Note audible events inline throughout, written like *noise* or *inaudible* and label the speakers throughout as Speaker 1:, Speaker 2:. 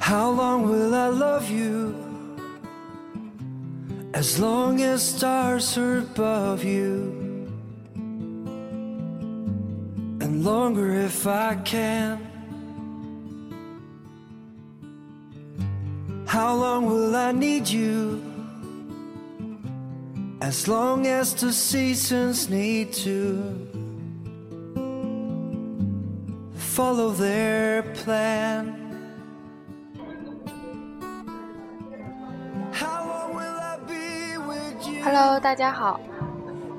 Speaker 1: How long will I love you? As long as stars are above you. And longer if I can. How long will I need you? As long as the seasons need to follow their plan. How long will I be with you?
Speaker 2: Hello，大家好，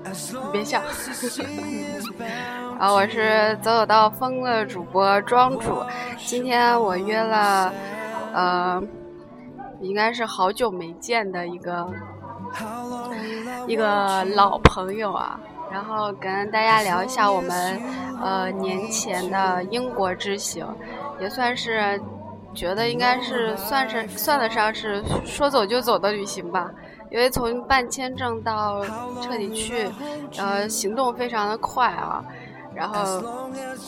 Speaker 1: As
Speaker 2: 别
Speaker 1: long
Speaker 2: 笑
Speaker 1: as the sea is bound
Speaker 2: *laughs* 啊，我是走走到疯的主播庄主，今天我约了，呃，应该是好久没见的一个
Speaker 1: How long will I
Speaker 2: 一个老朋友啊，然后跟大家聊一下我们呃年前的英国之行，也算是觉得应该是算是算得上是说走就走的旅行吧，因为从办签证到彻底去，呃，行动非常的快啊。然后，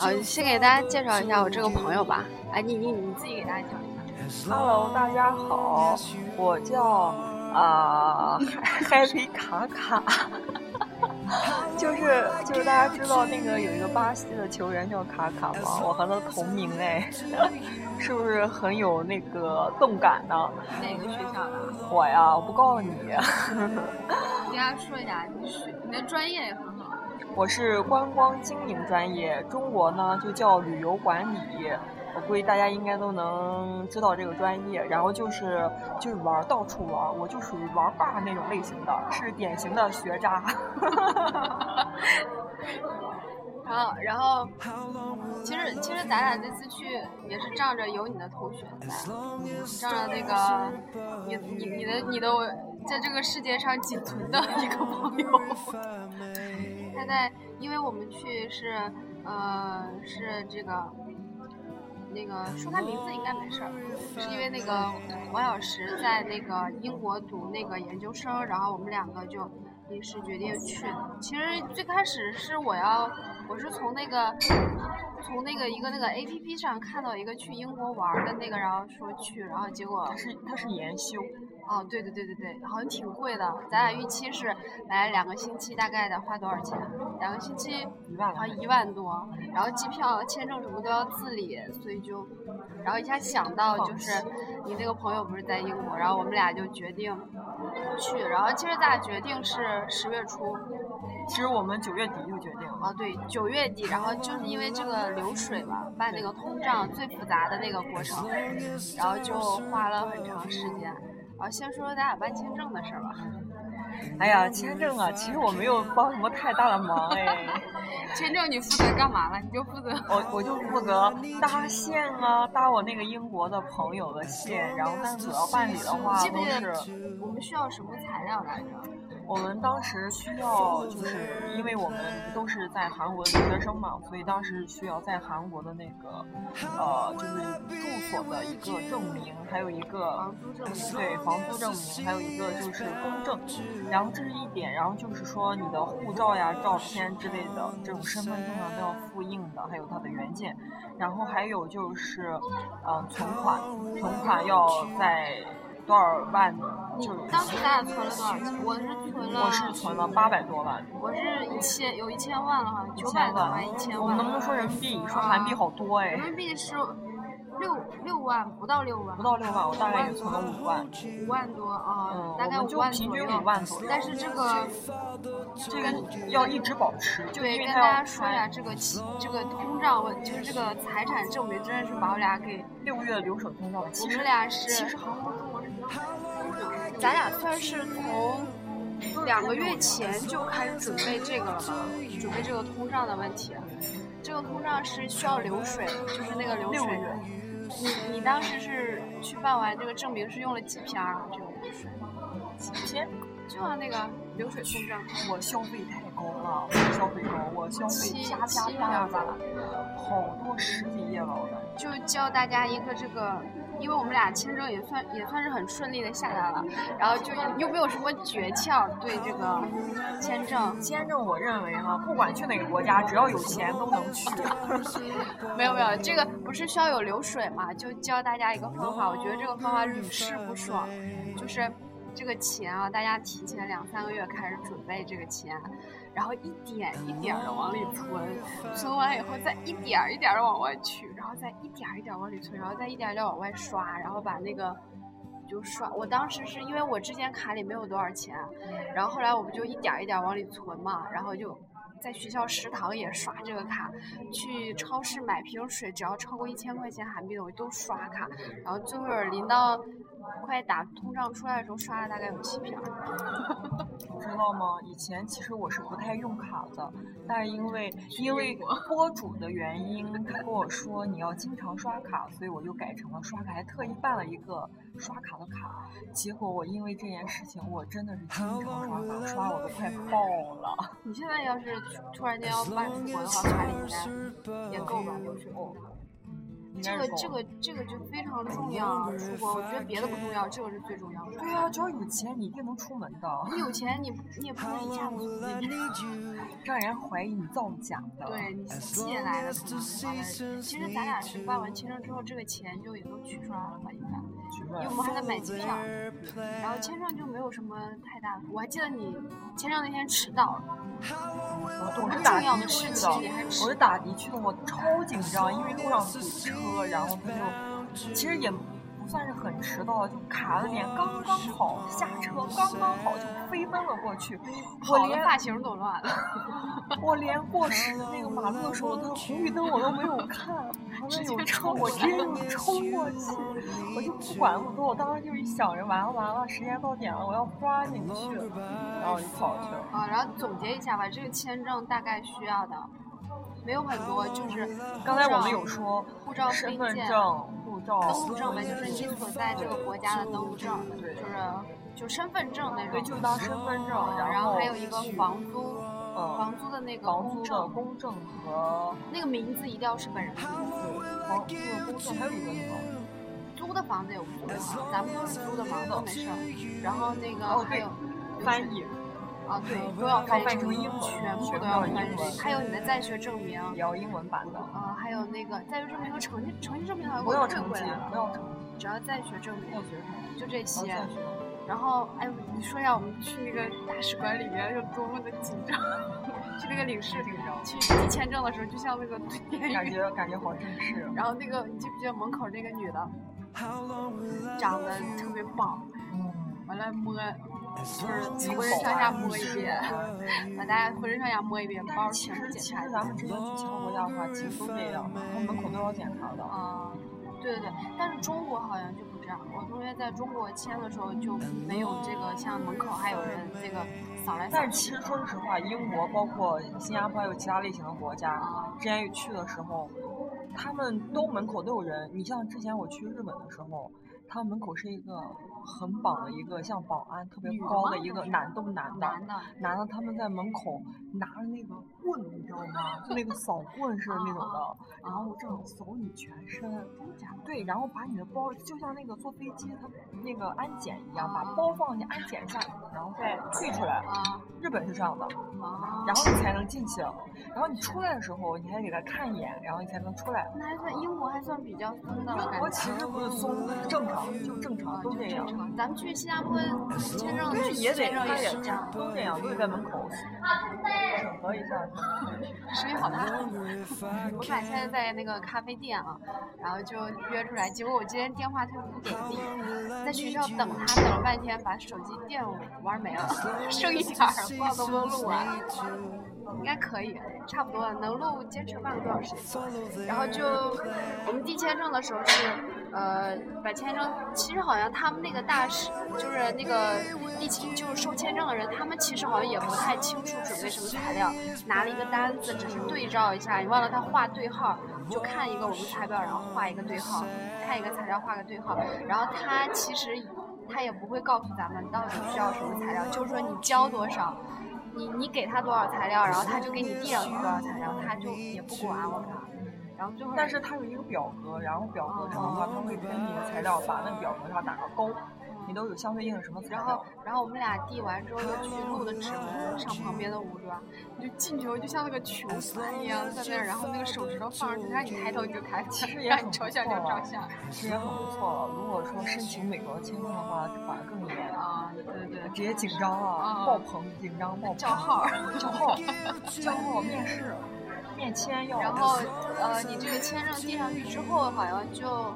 Speaker 2: 呃，先给大家介绍一下我这个朋友吧。哎，你你你自己给大家讲一下。
Speaker 3: Hello，大家好，我叫
Speaker 2: 呃 *laughs*
Speaker 3: 啊、 *laughs* 嗨 Happy 卡卡，就是就是大家知道那个有一个巴西的球员叫卡卡吗？我和他同名
Speaker 2: *laughs*
Speaker 3: 哎，是不是很有那个动感呢？
Speaker 2: 哪个学校啊的？
Speaker 3: 我呀，我不告诉你，
Speaker 2: 给大家说一下，你学你的专业也很好。
Speaker 3: 我是观光经营专业，中国呢就叫旅游管理。我估计大家应该都能知道这个专业，然后就是就是玩儿，到处玩儿，我就属于玩儿霸那种类型的，是典型的学渣。
Speaker 2: 然后，然后， *laughs* 其实其实咱俩这次去也是仗着有你的同学在，仗着那个你你你的你的我在这个世界上仅存的一个朋友， *laughs* 他在，因为我们去是呃是这个那个说他名字应该没事儿，是因为那个
Speaker 1: 嗯
Speaker 2: 王小石在那个英国读那个研究生，然后我们两个就临时决定去。其实最开始是我要，我是从那个从那个一个那个 A P P 上看到一个去英国玩儿的那个，然后说去，然后结果
Speaker 3: 他是他是研修，
Speaker 2: 哦对对对对对，好像挺贵的，咱俩预期是来两个星期大概得花多少钱？两个星期
Speaker 3: 一万
Speaker 2: 好
Speaker 3: 来。
Speaker 2: 像一万多，然后机票、签证什么都要自理，所以就，然后一下想到就是你那个朋友不是在英国，然后我们俩就决定去，然后其实咱俩决定是十月初，
Speaker 3: 其实我们九月底就决定了，
Speaker 2: 啊对，九月底，然后就是因为这个流水嘛，办那个通胀最复杂的那个过程，然后就花了很长时间。然后先说说咱俩办签证的事儿吧。
Speaker 3: 哎呀，签证啊，其实我没有帮什么太大的忙哎，
Speaker 2: 签证你负责干嘛了？你就负责
Speaker 3: 我我就负责搭线啊，搭我那个英国的朋友的线，然后但是我要办理的话
Speaker 2: 记不
Speaker 3: 都
Speaker 2: 记
Speaker 3: 是
Speaker 2: 得。我们需要什么材料来着？
Speaker 3: 我们当时需要，就是因为我们都是在韩国的留学生嘛，所以当时需要在韩国的那个，呃，就是住所的一个证明，还有一个
Speaker 2: 房租证明。
Speaker 3: 对房租证明，还有一个就是公证，然后这是一点，然后就是说你的护照呀、照片之类的这种身份证啊都要复印的，还有它的原件，然后还有就是，呃，存款，存款要在多少万，
Speaker 2: 你
Speaker 3: 就是
Speaker 2: 当时咱俩存了多少钱？我是存了，
Speaker 3: 我是存了八百多万。
Speaker 2: 我是一千有一千万了，好像九百
Speaker 3: 千
Speaker 2: 多
Speaker 3: 万，
Speaker 2: 万，一千
Speaker 3: 我
Speaker 2: 万。
Speaker 3: 们能不能说人民币？说韩币好多哎
Speaker 2: 人，民币是六六万，不到六万，
Speaker 3: 不到六万，我大概也存了五万。
Speaker 2: 五万多啊、
Speaker 3: 嗯
Speaker 2: 大概
Speaker 3: 我
Speaker 2: 五
Speaker 3: 们就
Speaker 2: 万
Speaker 3: 平
Speaker 2: 左
Speaker 3: 均
Speaker 2: 右。
Speaker 3: 五万左右
Speaker 2: 但是这个
Speaker 3: 这个要一直保持，就
Speaker 2: 对
Speaker 3: 因为
Speaker 2: 跟
Speaker 3: 它
Speaker 2: 大家
Speaker 3: 要
Speaker 2: 说一下，
Speaker 3: 开
Speaker 2: 这个期这个通胀问，就是这个财产证明，真的是把我俩给，
Speaker 3: 六月留守通胀。
Speaker 2: 我
Speaker 3: 其
Speaker 2: 们
Speaker 3: 实
Speaker 2: 俩
Speaker 3: 其
Speaker 2: 是
Speaker 3: 实，韩国生活是比较好
Speaker 2: 咱俩算是从两个月前就开始准备这个了吧，准备这个通胀的问题。这个通胀是需要流水，就是那个流
Speaker 3: 六
Speaker 2: 水。
Speaker 3: 月
Speaker 2: 你你当时是去办完这个证明是用了几篇啊？这个流水
Speaker 3: 几天，
Speaker 2: 就要那个流水线账，
Speaker 3: 我消费太高了，我消费高，我消费
Speaker 2: 七
Speaker 3: 加加
Speaker 2: 七
Speaker 3: 加
Speaker 2: 样
Speaker 3: 加
Speaker 2: 吧，，
Speaker 3: 好多十几页了，我感觉。
Speaker 2: 就教大家一个这个，因为我们俩其实也算也算是很顺利的下来了，然后就有没有什么诀窍对这个签证？
Speaker 3: 签证我认为呢，不管去哪个国家，只要有钱都能去。
Speaker 2: *laughs* 没有没有，这个不是需要有流水嘛？就教大家一个方法，我觉得这个方法
Speaker 1: 嗯
Speaker 2: 屡试不爽，就是这个钱啊，大家提前两三个月开始准备这个钱，然后一点一点的往里存，存完以后再一点儿一点的往外取，然后再一点儿一点儿往里存，然后再一点儿一点儿往外刷，然后把那个。就刷，我当时是因为我之前卡里没有多少钱，然后后来我不就一点儿一点儿往里存嘛，然后就在学校食堂也刷这个卡，去超市买瓶水，只要超过一千块钱韩币的，我都刷卡。然后最后临到快打通胀出来的时候，刷了大概有七瓶儿。
Speaker 3: 知道吗？以前其实我是不太用卡的，但是因为因为 *laughs* 播主的原因，他跟我说你要经常刷卡，所以我就改成了刷卡，还特意办了一个刷卡的卡。结果我因为这件事情，我真的是经常刷卡，刷我都快爆了。
Speaker 2: 你现在要是突突然间要办出国的话，卡里应该也够吧？流水
Speaker 3: 哦应
Speaker 2: 这
Speaker 3: 该
Speaker 2: 个
Speaker 3: 是爆
Speaker 2: 这
Speaker 3: 了
Speaker 2: 个这个就非常重要啊！出国，我觉得别的不重要，这个是最重要的。
Speaker 3: 对啊呀、只要有钱，你一定能出门的，
Speaker 2: 你有钱你不你也不能一下子就自己
Speaker 3: 让人怀疑你造假的。
Speaker 2: 对你借来的可能是花的，其实咱俩是办完签证之后，这个钱就也都取出来了吧，应该。
Speaker 3: 举
Speaker 2: 因为
Speaker 3: 个
Speaker 2: 我们还得买机票，然后签证就没有什么太大的。我还记得你签证那天迟到了，
Speaker 3: 我我是
Speaker 2: 重
Speaker 3: 打
Speaker 2: 要
Speaker 3: 的
Speaker 2: 的
Speaker 3: 去
Speaker 2: 事
Speaker 3: 的
Speaker 2: 情你还，
Speaker 3: 我
Speaker 2: 吃
Speaker 3: 是打的去的，我超紧张，因为路上堵车，然后他就其实也不算是很迟到，就卡了点，刚刚好下车，刚刚好就飞奔了过去。我
Speaker 2: 我连
Speaker 3: 连
Speaker 2: 发型都乱了，
Speaker 3: 我连过十那个马路的时候，那个红绿灯我都没有看，
Speaker 2: *laughs*
Speaker 3: 旁边有车，我直接就冲过去，我就不管那么多，我当时就是想着完了完了，时间到点了，我要抓紧去，然后我就跑去了。
Speaker 2: 啊，然后总结一下吧，这个签证大概需要的没有很多，就是
Speaker 3: 刚才我们有说
Speaker 2: 护照
Speaker 3: 身份
Speaker 2: 证件
Speaker 3: 证、护照、
Speaker 2: 登陆证呗，就是你所在这个国家的登陆证，
Speaker 3: 对
Speaker 2: 就是就身份证那
Speaker 3: 对，
Speaker 2: 种，
Speaker 3: 就当身份证，
Speaker 2: 啊然
Speaker 3: 后
Speaker 2: 后还有一个房租，
Speaker 3: 呃
Speaker 2: 房租的那个
Speaker 3: 房
Speaker 2: 公
Speaker 3: 租的
Speaker 2: 证，
Speaker 3: 公证和
Speaker 2: 那个名字一定要是本人名字。
Speaker 3: 对房租的公证，还有一个啊什么？
Speaker 2: 租的房子也无所谓哈，咱们都是租的房子都没事儿。然后那个
Speaker 3: 哦
Speaker 2: 还
Speaker 3: 对
Speaker 2: 有
Speaker 3: 翻译
Speaker 2: 啊，对，都要翻译
Speaker 3: 翻译成
Speaker 2: 成
Speaker 3: 英文
Speaker 2: 全部
Speaker 3: 全
Speaker 2: 都
Speaker 3: 部
Speaker 2: 要
Speaker 3: 要
Speaker 2: 翻译
Speaker 3: 英
Speaker 2: 成
Speaker 3: 文
Speaker 2: 还有你的在学证明，
Speaker 3: 也要英文版的，
Speaker 2: 呃，还有那个在学证明和成绩成绩证明好像
Speaker 3: 不要
Speaker 2: 退
Speaker 3: 成
Speaker 2: 回
Speaker 3: 绩
Speaker 2: 来，了
Speaker 3: 不要成绩，
Speaker 2: 只要在学证
Speaker 3: 不要
Speaker 2: 明，
Speaker 3: 学生，
Speaker 2: 就这
Speaker 3: 不
Speaker 2: 些
Speaker 3: 要。再哦学生。
Speaker 2: 然后，哎，你说一下我们去那个大使馆里面有多么的紧张， *laughs* 去那个领事
Speaker 3: 紧张
Speaker 2: 去递签证的时候，就像那
Speaker 3: *laughs*
Speaker 2: 个电
Speaker 3: 感
Speaker 2: 影。
Speaker 3: 觉感觉好正式。啊
Speaker 2: 然后那个你记不记得门口那个女的，长得特别棒，
Speaker 3: 嗯，
Speaker 2: 完了摸
Speaker 1: 就是
Speaker 2: 浑身上下摸一遍，把大家浑身上下摸一遍，包
Speaker 3: 但是其
Speaker 2: 全部
Speaker 3: 实
Speaker 2: 检
Speaker 3: 其
Speaker 2: 查
Speaker 3: 实
Speaker 2: 一
Speaker 3: 咱
Speaker 2: 遍。
Speaker 3: 们之前去其他国家的话，其实都这样，然后门口都要检查的。
Speaker 2: 啊、对对对，但是中国好像就不这样。我同学在中国签的时候就没有这个，像门口还有人这个扫来扫
Speaker 3: 但是
Speaker 2: 去
Speaker 3: 其实说实话，英国包括新加坡还有其他类型的国家，
Speaker 2: 啊。
Speaker 3: 之前去的时候，他们都门口都有人。你像之前我去日本的时候，他们门口是一个很绑的一个像保安特别
Speaker 2: 女的
Speaker 3: 高
Speaker 2: 吗
Speaker 3: 的一个男都男的，
Speaker 2: 男的，
Speaker 3: 男的他们在门口拿着那个棍，你知道吗？就那个扫棍似的那种
Speaker 2: 啊
Speaker 3: 的，然后这样扫你全身。对，然后把你的包，就像那个坐飞机他那个安检一样，把包放下，安检一下，然后再退出来。
Speaker 2: 啊
Speaker 3: 日本是这样的。
Speaker 2: 啊，
Speaker 3: 然后你才能进去。然后你出来的时候，你还给他看一眼，然后你才能出来。
Speaker 2: 那还算英国还算比较松的，我
Speaker 3: 英
Speaker 2: 感
Speaker 3: 国
Speaker 2: 觉。
Speaker 3: 其实不是松，正常就正常
Speaker 2: 啊，
Speaker 3: 都
Speaker 2: 就
Speaker 3: 这
Speaker 2: 正
Speaker 3: 样，
Speaker 2: 常。咱们去新加坡签证
Speaker 3: 但
Speaker 2: 去
Speaker 3: 是也得
Speaker 2: 签证
Speaker 3: 他
Speaker 2: 也
Speaker 3: 也
Speaker 2: 是这样，
Speaker 3: 都这样，都得在门口审核一下。
Speaker 2: 声音好大。我们俩现在在那个咖啡店啊，然后就约出来，结果我今天电话他不给力，在学校等他等了半天，把手机电玩没了， *laughs* 剩一点儿，不知道能不能录完，啊应该可以，差不多了能录坚持半个多小时。然后就我们递签证的时候是，呃，把签证，其实好像他们那个大使就是那个递签就是收签证的人，他们其实好像也不太清楚准备什么材料，拿了一个单子，只是对照一下，你忘了他画对号，就看一个我们材料，然后画一个对号，看一个材料画个对号，然后他其实。他也不会告诉咱们到底需要什么材料，就是说你交多少，你你给他多少材料，然后他就给你递上去多少材料，他就也不管我靠。然后最后，
Speaker 3: 但是它有一个表格，然后表格上的话，它会根据你的材料把那个表格上打个勾，你都有相对应的什么材
Speaker 2: 然后
Speaker 3: 料。
Speaker 2: 然后我们俩递完之后就去录的指纹，上旁边的五专，你就进去后就像那个囚犯一样在那儿，然后那个手指头放上去，让你抬头你就抬起
Speaker 3: 其实
Speaker 2: 来，
Speaker 3: 也
Speaker 2: 让
Speaker 3: 很
Speaker 2: 你
Speaker 3: 不
Speaker 2: 照相就
Speaker 3: 错啊
Speaker 2: 照相。
Speaker 3: 其实也很不错了。如果说申请美国的签证的话，管得更严，
Speaker 2: 啊，对对对，
Speaker 3: 直接紧张啊，
Speaker 2: 啊
Speaker 3: 爆棚，紧张爆棚。
Speaker 2: 叫号儿，
Speaker 3: 叫号儿，叫号儿面试，面签要。
Speaker 2: 然后呃，你这个签证递上去之后，好像就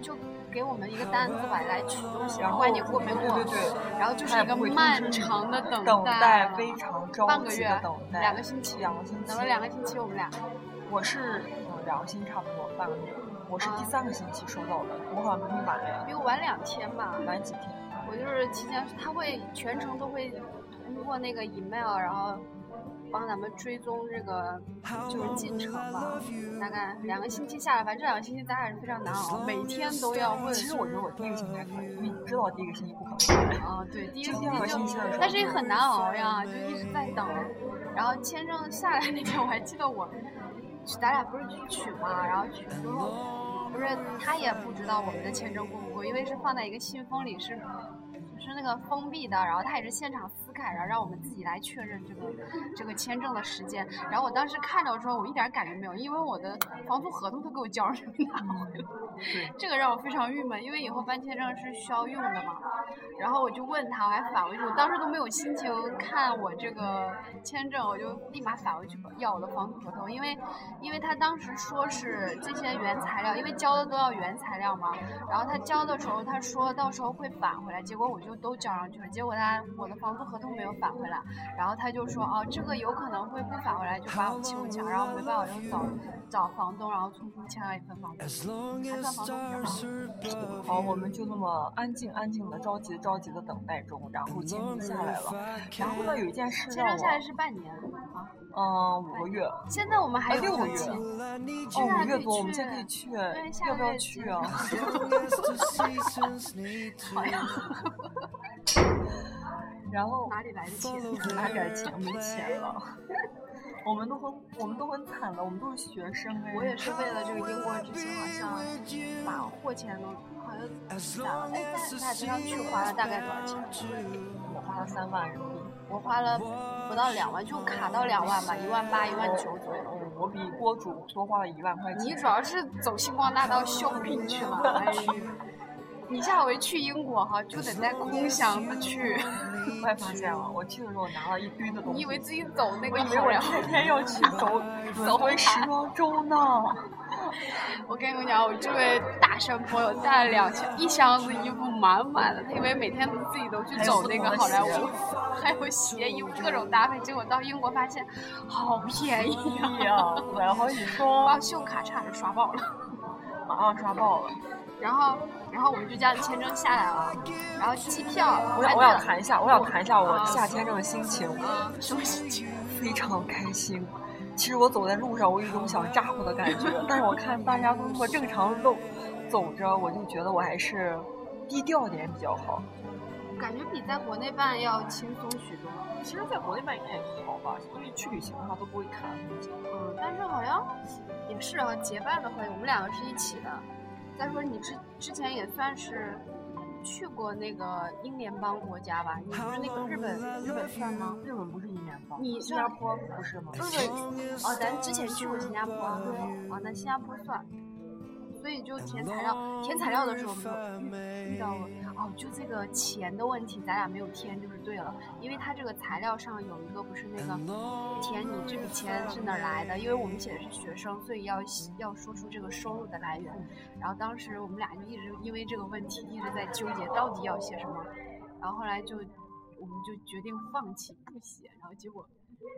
Speaker 2: 就给我们一个单子吧，来取东西，
Speaker 3: 然
Speaker 2: 不
Speaker 3: 后
Speaker 2: 管你过没过。
Speaker 3: 哦对对对，
Speaker 2: 然后就是
Speaker 3: 他也
Speaker 2: 一个
Speaker 3: 不会通知
Speaker 2: 漫
Speaker 3: 你
Speaker 2: 长的等
Speaker 3: 等
Speaker 2: 待
Speaker 3: 待
Speaker 2: 了
Speaker 3: 非常着
Speaker 2: 半个
Speaker 3: 急
Speaker 2: 月
Speaker 3: 的等待，
Speaker 2: 两个星期
Speaker 3: 两个星期，
Speaker 2: 等了两个星期，我们俩
Speaker 3: 我是嗯两个星期差不多，半个月。我是第
Speaker 2: 啊
Speaker 3: 三个星期收到的，我好像比你晚了
Speaker 2: 比我晚两天吧。
Speaker 3: 晚几天。
Speaker 2: 我就是提前，他会全程都会通过那个 email，然后帮咱们追踪这个就是进程吧。大概两个星期下来吧，这两个星期咱俩是非常难熬，每天都要问。
Speaker 3: 其实我觉得我第一个星期还可以，因为你知道第一个星期不可能。
Speaker 2: 啊，对，第一个
Speaker 3: 就
Speaker 2: 星
Speaker 3: 第二个
Speaker 2: 期
Speaker 3: 星期的时候
Speaker 2: 就，但是也很难熬呀，就一直在等。然后签证下来那天，我还记得我，咱俩不是去取嘛，然后取之后，不是他也不知道我们的签证过不过，因为是放在一个信封里是。是那个封闭的，然后他也是现场撕开，然后让我们自己来确认这个这个签证的时间。然后我当时看到之后，我一点感觉没有，因为我的房租合同都给我交上去了。
Speaker 3: 对，
Speaker 2: 这个让我非常郁闷，因为以后办签证是需要用的嘛。然后我就问他，我还返回去，我当时都没有心情看我这个签证，我就立马返回去要我的房租合同，因为因为他当时说是这些原材料，因为交的都要原材料嘛。然后他交的时候，他说到时候会返回来，结果我就都交上去了，结果他我的房租合同没有返回来，然后他就说哦，这个有可能会不返回来，就把我清不清，然后没办法，我就找找房东，然后匆匆签了一份房租。
Speaker 1: As long
Speaker 2: 还
Speaker 1: as
Speaker 2: 算房东比较好。
Speaker 3: 好，我们就这么安静安静的、着急着急的等待中，然后签证下来了。然后呢，有一件事
Speaker 2: 签
Speaker 3: 让我
Speaker 2: 证下来是半年啊，
Speaker 3: 嗯五个月，哦
Speaker 2: 现在我们还有
Speaker 3: 啊六个
Speaker 2: 效期
Speaker 3: 月
Speaker 2: 现在
Speaker 3: 五月
Speaker 2: 可以
Speaker 3: 多，我们
Speaker 2: 去
Speaker 3: 现在可以去，
Speaker 2: 对下
Speaker 3: 要不
Speaker 2: 个
Speaker 3: 要
Speaker 2: 月
Speaker 3: 去
Speaker 2: 去
Speaker 3: 啊？
Speaker 2: *laughs* 好像
Speaker 3: 然后
Speaker 2: 哪里来的钱？
Speaker 3: 哪里来 *laughs* 钱？没钱了。我们都很我们都很惨的，我们都是学生哎。
Speaker 2: 我也是为了这个英国之前好像把货钱都好像攒了，哎，在在这上去花了大概多少钱？
Speaker 3: 我花了三万人民币。
Speaker 2: 我花了不到两万，就卡到两万吧，一万八、一万九左右。
Speaker 3: 嗯，我比锅主多花了一万块钱。
Speaker 2: 哦你主要是走星光大道 shopping 去了，哎呦，你下回去英国哈就得带空箱子去，
Speaker 3: 我也发现了，我去的时候拿了一堆的东西。
Speaker 2: 你以为自己走那
Speaker 3: 我
Speaker 2: 个
Speaker 3: 以为
Speaker 2: 好
Speaker 3: 我
Speaker 2: 粮
Speaker 3: 天天要
Speaker 2: *laughs*
Speaker 3: 去走
Speaker 2: 走
Speaker 3: 走回时装周呢。
Speaker 2: 我跟你讲，我这位大神朋友带了两箱一箱子衣服，满满的。他以为每天自己都去走那个好莱坞，还有鞋、衣服各种搭配。结果到英国发现，好便宜呀、
Speaker 3: 哎呀，买了好几
Speaker 2: 把
Speaker 3: 双
Speaker 2: 我，信用卡差点刷爆了。
Speaker 3: 马上刷爆了。
Speaker 2: 然后，然后我们就这样签证下来了，然后机票，
Speaker 3: 我
Speaker 2: 还
Speaker 3: 想我想
Speaker 2: 买了
Speaker 3: 谈一下，我想谈一下我
Speaker 2: 啊
Speaker 3: 夏天这个心情，
Speaker 2: 啊，什么心情？
Speaker 3: 非常开心。其实我走在路上，我有一种想咋呼的感觉，但是我看大家都说正常路走着，我就觉得我还是低调点比较好。
Speaker 2: 感觉比在国内办要轻松许多。
Speaker 3: 其实，在国内办应该也好吧，因为去旅行的话都不会看风景。
Speaker 2: 嗯，但是好像也是啊，结伴的话，我们两个是一起的。再说你之之前也算是去过那个英联邦国家吧？你不是那个日本，日本算吗？
Speaker 3: 日本不是一年吗？
Speaker 2: 你
Speaker 3: 新加坡不是吗？
Speaker 2: 不是哦，咱之前去过新加坡啊，哦，那新加坡算。所以就填材料，填材料的时候没有遇遇到过哦，就这个钱的问题，咱俩没有填就是对了，因为它这个材料上有一个不是那个填你这笔钱是哪儿来的，因为我们写的是学生，所以要写要说出这个收入的来源。然后当时我们俩就一直因为这个问题一直在纠结，到底要写什么。然后后来就我们就决定放弃不写，然后结果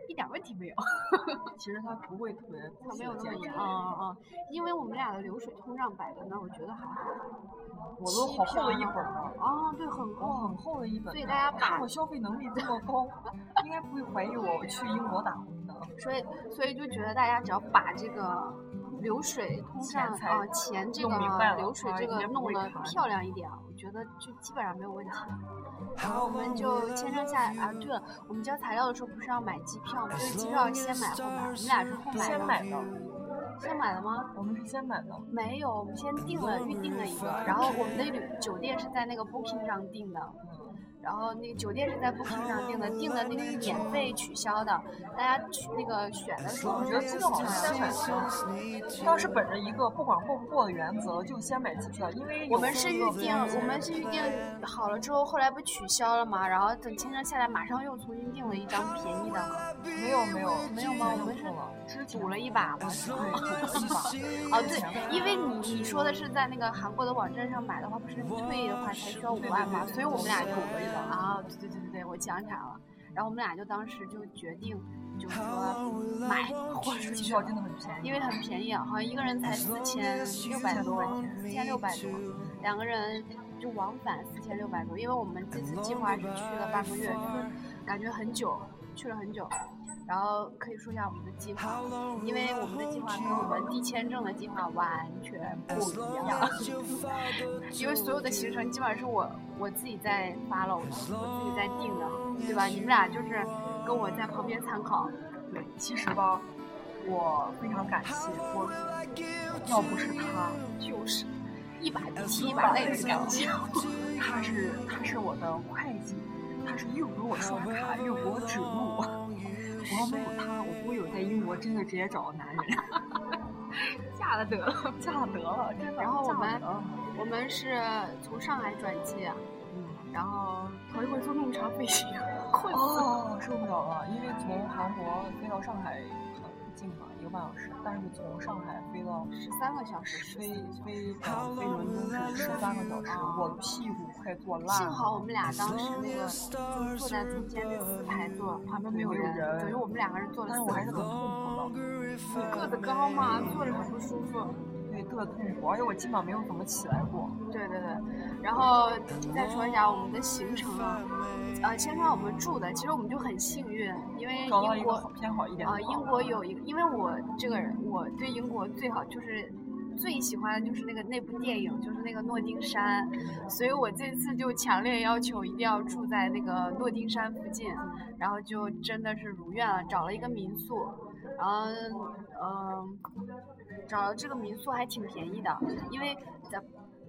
Speaker 2: 一点问题没有。 *laughs*
Speaker 3: 其实它不会特别仔
Speaker 2: 没
Speaker 3: 细
Speaker 2: 有
Speaker 3: 地
Speaker 2: 那么
Speaker 3: 检
Speaker 2: 严，
Speaker 3: 查。
Speaker 2: 嗯嗯，因为我们俩的流水通账摆在那儿，我觉得还好。
Speaker 3: 我都好厚的一本儿啊，
Speaker 2: 啊，对，很
Speaker 3: 哇，
Speaker 2: 高。
Speaker 3: 很厚的一本儿。
Speaker 2: 所以大家把
Speaker 3: 看我消费能力这么高，应该不会怀疑我去英国打工的。
Speaker 2: 所以所以就觉得大家只要把这个流水通
Speaker 3: 钱
Speaker 2: 账
Speaker 3: 财
Speaker 2: 啊钱这
Speaker 3: 弄
Speaker 2: 个
Speaker 3: 明白了
Speaker 2: 流水
Speaker 3: 啊
Speaker 2: 这
Speaker 3: 应
Speaker 2: 个
Speaker 3: 该不
Speaker 2: 弄
Speaker 3: 会
Speaker 2: 得
Speaker 3: 卡
Speaker 2: 漂亮一点啊，我觉觉得就基本上没有问题。然后我们就签证下来啊，对了，我们交材料的时候不是要买机票吗？就是机票先买后买，我们俩是后买的。
Speaker 3: 先买的，
Speaker 2: 先买的吗？
Speaker 3: 我们是先买的。
Speaker 2: 没有，我们先订了预定了一个，然后我们的旅酒店是在那个 Booking 上订的。
Speaker 3: 嗯
Speaker 2: 然后那个酒店是在 Booking 上订的，订的那个是免费取消的，大家去那个选的时候，
Speaker 3: 我觉得这个好像先买机票是本着一个不管过不过的原则，就先买机票，因为
Speaker 2: 我们是预定，我们是预定好了之后，后来不取消了嘛，然后等签证下来，马上又重新订了一张便宜的嘛。
Speaker 3: 没有没有
Speaker 2: 没有吗？我们是
Speaker 3: 之前
Speaker 2: 赌了一把嘛。
Speaker 3: 哦
Speaker 2: 哦对，因为你你说的是在那个韩国的网站上买的话，不是退的话才需要五万嘛，所以我们俩就啊，对对对对对，我想起来了。然后我们俩就当时就决定，就是说买，
Speaker 3: 或者机票真的很便宜，
Speaker 2: 因为很便宜啊，好像一个人才四千六百多块钱，四千六百多，两个人就往返四千六百多。因为我们这次计划是去了半个月，就是感觉很久，去了很久。然后可以说一下我们的计划，因为我们的计划跟我们递签证的计划完全不一样，因为所有的行程基本上是我我自己在 follow 的，我自己在定的，对吧？你们俩就是跟我在旁边参考，
Speaker 3: 对，其实吧，我非常感谢波子，要不是他，
Speaker 2: 啊就是一把鼻涕一把泪的感觉。
Speaker 3: 他是他是我的会计，他是又给我刷卡又给我指路。 *laughs* 我要没有他，我不会有在英国真的直接找个男人，
Speaker 2: 嫁了得了。
Speaker 3: 嫁得了，真的。
Speaker 2: 然后我
Speaker 3: 嫁
Speaker 2: 们
Speaker 3: 得了
Speaker 2: 我们是从上海转机，啊
Speaker 3: 嗯，
Speaker 2: 然后头一回坐那么长飞机，啊困死了。
Speaker 3: 哦，受不了了，因为从韩国飞到上海很近嘛，一个半小时，但是从上海飞到
Speaker 2: 十三个小时，
Speaker 3: 飞飞到飞伦敦是十三个小时，我的屁股快坐烂了。
Speaker 2: 幸好我们俩当时那个就是坐在中间那四排座，旁边没有人，等于我们两个人坐了
Speaker 3: 但是
Speaker 2: 四
Speaker 3: 我还
Speaker 2: 排
Speaker 3: 是很痛苦的，
Speaker 2: 你个子高嘛，坐着很不舒服。
Speaker 3: 对，特别痛苦，而且我基本上没有怎么起来过。
Speaker 2: 对对对，然后再说一下我们的行程啊，呃，先说我们住的，其实我们就很幸运，因为
Speaker 3: 找到一
Speaker 2: 英
Speaker 3: 个
Speaker 2: 国
Speaker 3: 好偏好一点的
Speaker 2: 啊、
Speaker 3: 房子。
Speaker 2: 英国有一个，因为我这个人，我对英国最好就是最喜欢的就是那个那部电影，就是那个诺丁山，所以我这次就强烈要求一定要住在那个诺丁山附近，然后就真的是如愿了，找了一个民宿，然后嗯、找了这个民宿还挺便宜的，因为咱。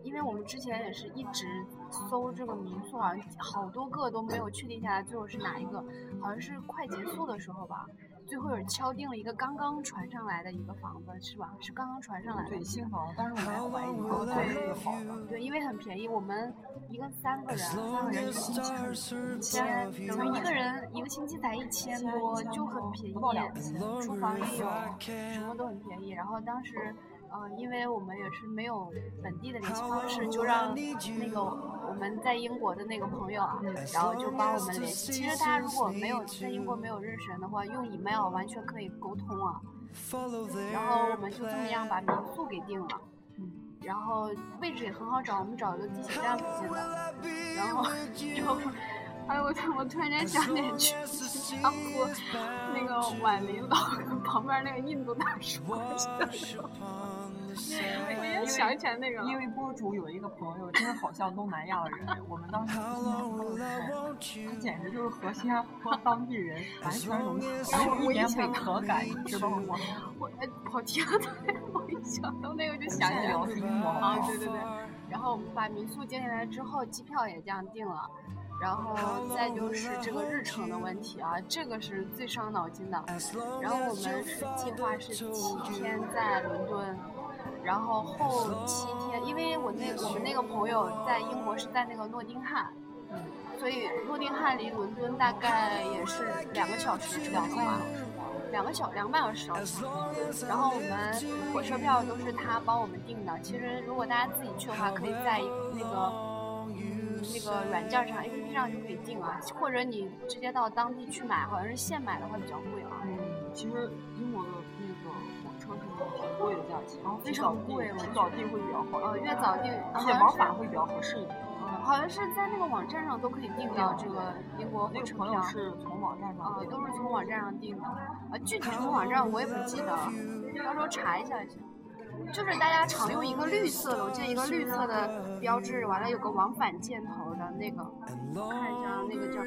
Speaker 2: 因为我们之前也是一直搜这个民宿，好像好多个都没有确定下来最后是哪一个，好像是快结束的时候吧，最后有人敲定了一个刚刚传上来的一个房子，是吧？是刚刚传上来的
Speaker 3: 对。新房，但是我还怀疑
Speaker 2: 哦
Speaker 3: 我当时是好的。
Speaker 2: 对，因为很便宜，我们一个三个人，三个人一千，
Speaker 1: Stars
Speaker 2: 等于一个人一个星期才一千多，就很便宜
Speaker 3: 不到两千。
Speaker 2: 厨房也有，什么都很便宜。然后当时，呃，因为我们也是没有本地的联系方式，就让那个我们在英国的那个朋友啊，然后就帮我们联系。其实大家如果没有在英国没有认识人的话，用 email 完全可以沟通啊。然后我们就这么样把民宿给定了，嗯，然后位置也很好找，我们找一个地铁站附近的，然后就，哎呦我突我突然间想起来去新加坡那个婉玲老跟旁边那个印度大叔 *laughs* 的时候，我也想起来那个了，
Speaker 3: 因为播主有一个朋友真的好像东南亚的人，我们当时去新加坡的时候，他简直就是和新加坡当地 *laughs* 人完全融合，一点违和感，你知道吗？
Speaker 2: 我哎跑题了，我一想到那个就
Speaker 3: 我
Speaker 2: 想
Speaker 3: 想
Speaker 2: *laughs* 起来
Speaker 3: 聊
Speaker 2: 了。
Speaker 3: 英国
Speaker 2: 啊，对对对。然后我们把民宿定下来之后，机票也这样定了，然后再就是这个日程的问题啊，这个是最伤脑筋的。然后我们是计划是七天在伦敦，然后后七天，因为我那我们那个朋友在英国是在那个诺丁汉。
Speaker 3: 嗯
Speaker 2: 所以诺丁汉离伦敦大概也是两个小时的车程吧，两个小两个半小时哦。然后我们火车票都是他帮我们订的。其实如果大家自己去的话，可以在一那个嗯那个软件上、APP 上就可以订啊，或者你直接到当地去买，好像是现买的话比较贵啊。
Speaker 3: 嗯，其实英国的那个火车是挺贵的价钱，然后
Speaker 2: 非常贵我
Speaker 3: 提
Speaker 2: 觉得
Speaker 3: 早订会比较好，
Speaker 2: 呃，越早订，
Speaker 3: 而
Speaker 2: 好
Speaker 3: 且往
Speaker 2: 像是
Speaker 3: 返会比较合适一点。
Speaker 2: 嗯好像是在那个网站上都可以订到这个英国火
Speaker 3: 那个
Speaker 2: 车
Speaker 3: 朋友
Speaker 2: 票。
Speaker 3: 是从网站上
Speaker 2: 啊，
Speaker 3: 订的，
Speaker 2: 都是呃从网站上订的，啊，具体什么网站我也不记得了，到时候查一下就行。就是大家常用一个绿色的，我记得一个绿色的标志，完了有个往返箭头的那个，我看一下那个叫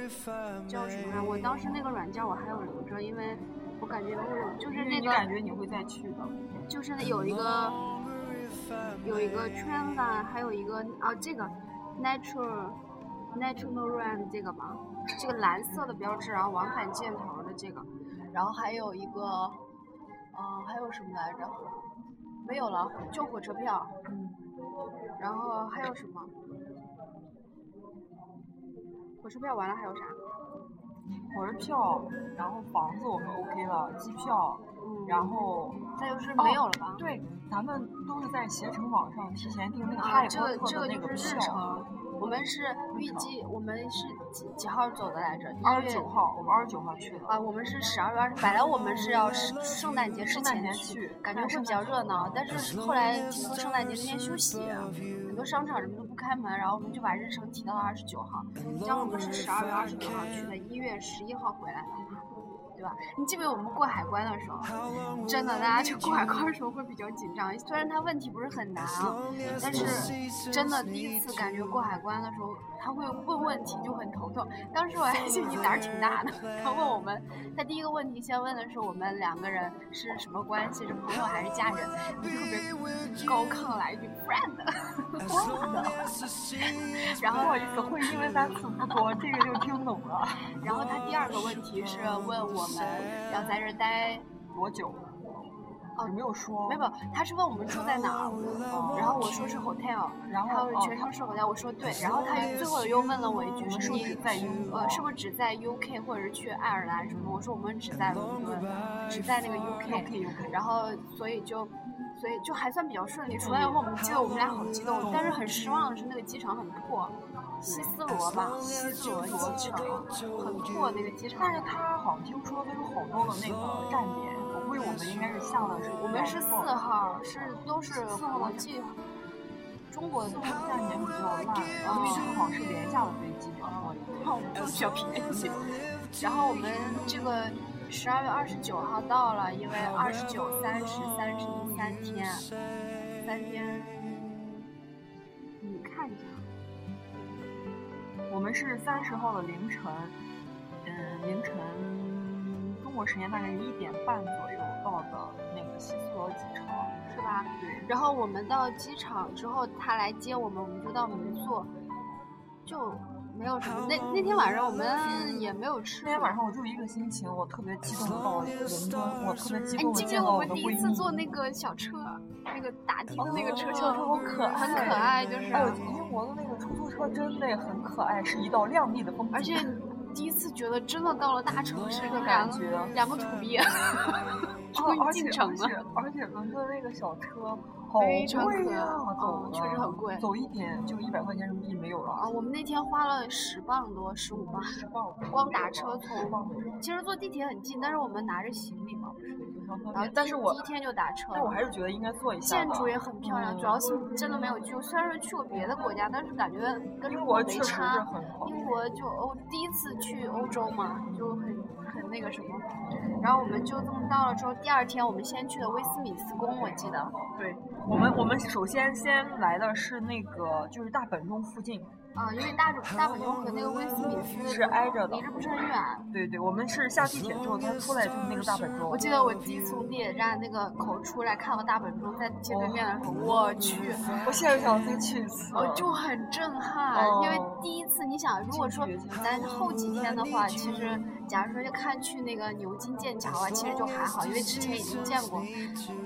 Speaker 2: 叫什么来？我当时那个软件我还有留着，因为我感觉我就是那
Speaker 3: 你
Speaker 2: 个
Speaker 3: 感觉你会再去的？
Speaker 2: 就是有一个有一个 Trendline，还有一个啊这个 Natural Natural Run 这个吧，这个蓝色的标志，然后往返箭头的这个，然后还有一个，嗯、还有什么来着？没有了，就火车票。
Speaker 3: 嗯，
Speaker 2: 然后还有什么？火车票完了还有啥？
Speaker 3: 火车票，然后房子我们 OK 了，机票，
Speaker 2: 嗯
Speaker 3: 然后哦
Speaker 2: 再就是没有了吧？
Speaker 3: 对，咱们都是在携程网上提前订那个《哈
Speaker 2: 啊，
Speaker 3: 利
Speaker 2: 这
Speaker 3: 波
Speaker 2: 个
Speaker 3: 特
Speaker 2: 这》
Speaker 3: 的
Speaker 2: 个
Speaker 3: 那
Speaker 2: 就是日
Speaker 3: 票，
Speaker 2: 程。我们是预计我们是几几号走的来着？一
Speaker 3: 二十
Speaker 2: 月
Speaker 3: 九号，我们二十九号去的。
Speaker 2: 啊，我们是十二月二十，本来我们是要是圣诞节之
Speaker 3: 圣诞
Speaker 2: 前
Speaker 3: 节去
Speaker 2: 感觉
Speaker 3: 看
Speaker 2: 会
Speaker 3: 圣
Speaker 2: 比较
Speaker 3: 诞
Speaker 2: 热闹，但是后来听说圣诞节那天休息，很多商场什么都不开门，然后我们就把日程提到了二十九号，这样我们是十二月二十九号去的，一月十一号回来的嘛，对吧？你记不记得我们过海关的时候？真的，大家去过海关的时候会比较紧张，虽然它问题不是很难啊，但是真的第一次感觉过海关的时候，他会问问题就很头痛。当时我还心里胆儿挺大的，他问我们，他第一个问题先问的是我们两个人是什么关系，是朋友还是家人，你特别高亢来一句 friend，然
Speaker 3: 不
Speaker 2: 后
Speaker 3: 好意思，会因为单词不多，这个就听懂了。
Speaker 2: 然后他第二个问题是问我们要在这儿待
Speaker 3: 多久？
Speaker 2: 哦
Speaker 3: 有没有说？
Speaker 2: 没有，没有，他是问我们住在哪儿，然后我说是 hotel，
Speaker 3: 然
Speaker 2: 他
Speaker 3: 后哦
Speaker 2: 全程是 hotel，我说对，然后他又最后又问了我一句，
Speaker 3: 们
Speaker 2: 是
Speaker 3: 是不
Speaker 2: 你
Speaker 3: 是在英国
Speaker 2: 呃是不是只在 UK 或者是去爱尔兰什么的？我说我们只在伦敦，只在那个 UK，
Speaker 3: UK，UK
Speaker 2: 然后所以就。所以就还算比较顺利。出来以后，我们记得我们俩好激动，但是很失望的是那个机场很破，希斯罗吧，希斯罗机场很破那个机场。
Speaker 3: 但是他好像听说他有好多的那个站点，我估计我们应该是下的是
Speaker 2: 我们是四
Speaker 3: 比较多的
Speaker 2: 号，是都是国际中国的
Speaker 3: 四号站点比较烂，然后因为他好像是廉价的飞机，比我
Speaker 2: 让哦我们坐的 *laughs* 比较便宜。然后我们这个十二月二十九号到了，因为
Speaker 3: 哦
Speaker 2: 二十九、三十、三十一三天，三天，你看一下，
Speaker 3: 我们是三十号的凌晨，嗯，凌晨中国时间大概一点半左右到的那个希斯罗机场。
Speaker 2: 是吧？
Speaker 3: 对，
Speaker 2: 然后我们到机场之后，他来接我们，我们就到民宿，就没有什么。那那天晚上我们也没有吃。
Speaker 3: 哦那天晚上我就一个心情，我特别激动的到伦敦，我特别激
Speaker 2: 哎，你记不
Speaker 3: 动的
Speaker 2: 记得
Speaker 3: 见到
Speaker 2: 我
Speaker 3: 我
Speaker 2: 们
Speaker 3: 的
Speaker 2: 第
Speaker 3: 闺
Speaker 2: 一
Speaker 3: 蜜。
Speaker 2: 次坐那个小车，那个打的
Speaker 3: 哦
Speaker 2: 的那个车，小车
Speaker 3: 好可爱
Speaker 2: 很可爱，就是。
Speaker 3: 哎呦，英国的那个出租车真的很可爱，是一道亮丽的风景。
Speaker 2: 而且第一次觉得真的到了大城市的
Speaker 3: 感
Speaker 2: 两个
Speaker 3: 觉
Speaker 2: 两个土鳖
Speaker 3: 哦
Speaker 2: 终于
Speaker 3: 而且
Speaker 2: 进城
Speaker 3: 而
Speaker 2: 了
Speaker 3: 且，而且伦敦那个小车好
Speaker 2: 啊非常
Speaker 3: 贵
Speaker 2: 可
Speaker 3: 呀、
Speaker 2: 爱
Speaker 3: 走
Speaker 2: 嗯确实
Speaker 3: 了
Speaker 2: 很贵
Speaker 3: 走一点就一百块钱人民币没有
Speaker 2: 啊！
Speaker 3: 了，
Speaker 2: 我们那天花了十磅多，十五磅。
Speaker 3: 十磅
Speaker 2: 光打车从
Speaker 3: 十磅左右
Speaker 2: 其实坐地铁很近，但是我们拿着行李嘛，
Speaker 3: 非常方
Speaker 2: 然后
Speaker 3: 便。但
Speaker 2: 第
Speaker 3: 是我
Speaker 2: 第一天就打车了。
Speaker 3: 但我还是觉得应该做一下嗯
Speaker 2: 建
Speaker 3: 吧
Speaker 2: 筑也很漂亮，主要是真的没有去过。虽然说去过别的国家，但是感觉跟
Speaker 3: 英
Speaker 2: 中
Speaker 3: 国
Speaker 2: 没
Speaker 3: 确实是
Speaker 2: 差。
Speaker 3: 很好。
Speaker 2: 英国就欧第一次去欧洲嘛，就很很那个什么。然后我们就这么到了之后，第二天我们先去的威斯敏斯宫，我记得。
Speaker 3: 对我们，我们首先先来的是那个就是大本钟附近，
Speaker 2: 啊，因为大本大本钟和那个威斯敏斯
Speaker 3: 是挨着的
Speaker 2: 离着不是很远。
Speaker 3: 对对，我们是下地铁之后，它出来就是那个大本钟。
Speaker 2: 我记得我第一次从地铁站那个口出来，看到大本钟在街对面的时候，
Speaker 3: 哦
Speaker 2: *laughs* 我去，
Speaker 3: 我现在想再去一次，
Speaker 2: 我哦就很震撼，因为
Speaker 3: 嗯哦
Speaker 2: 第一次，你想，如果说
Speaker 3: 惊觉惊觉
Speaker 2: 咱后几天的话，其实
Speaker 3: 嗯
Speaker 2: 假如说就看去那个牛津、剑桥啊，其实就还好，因为之前已经见过，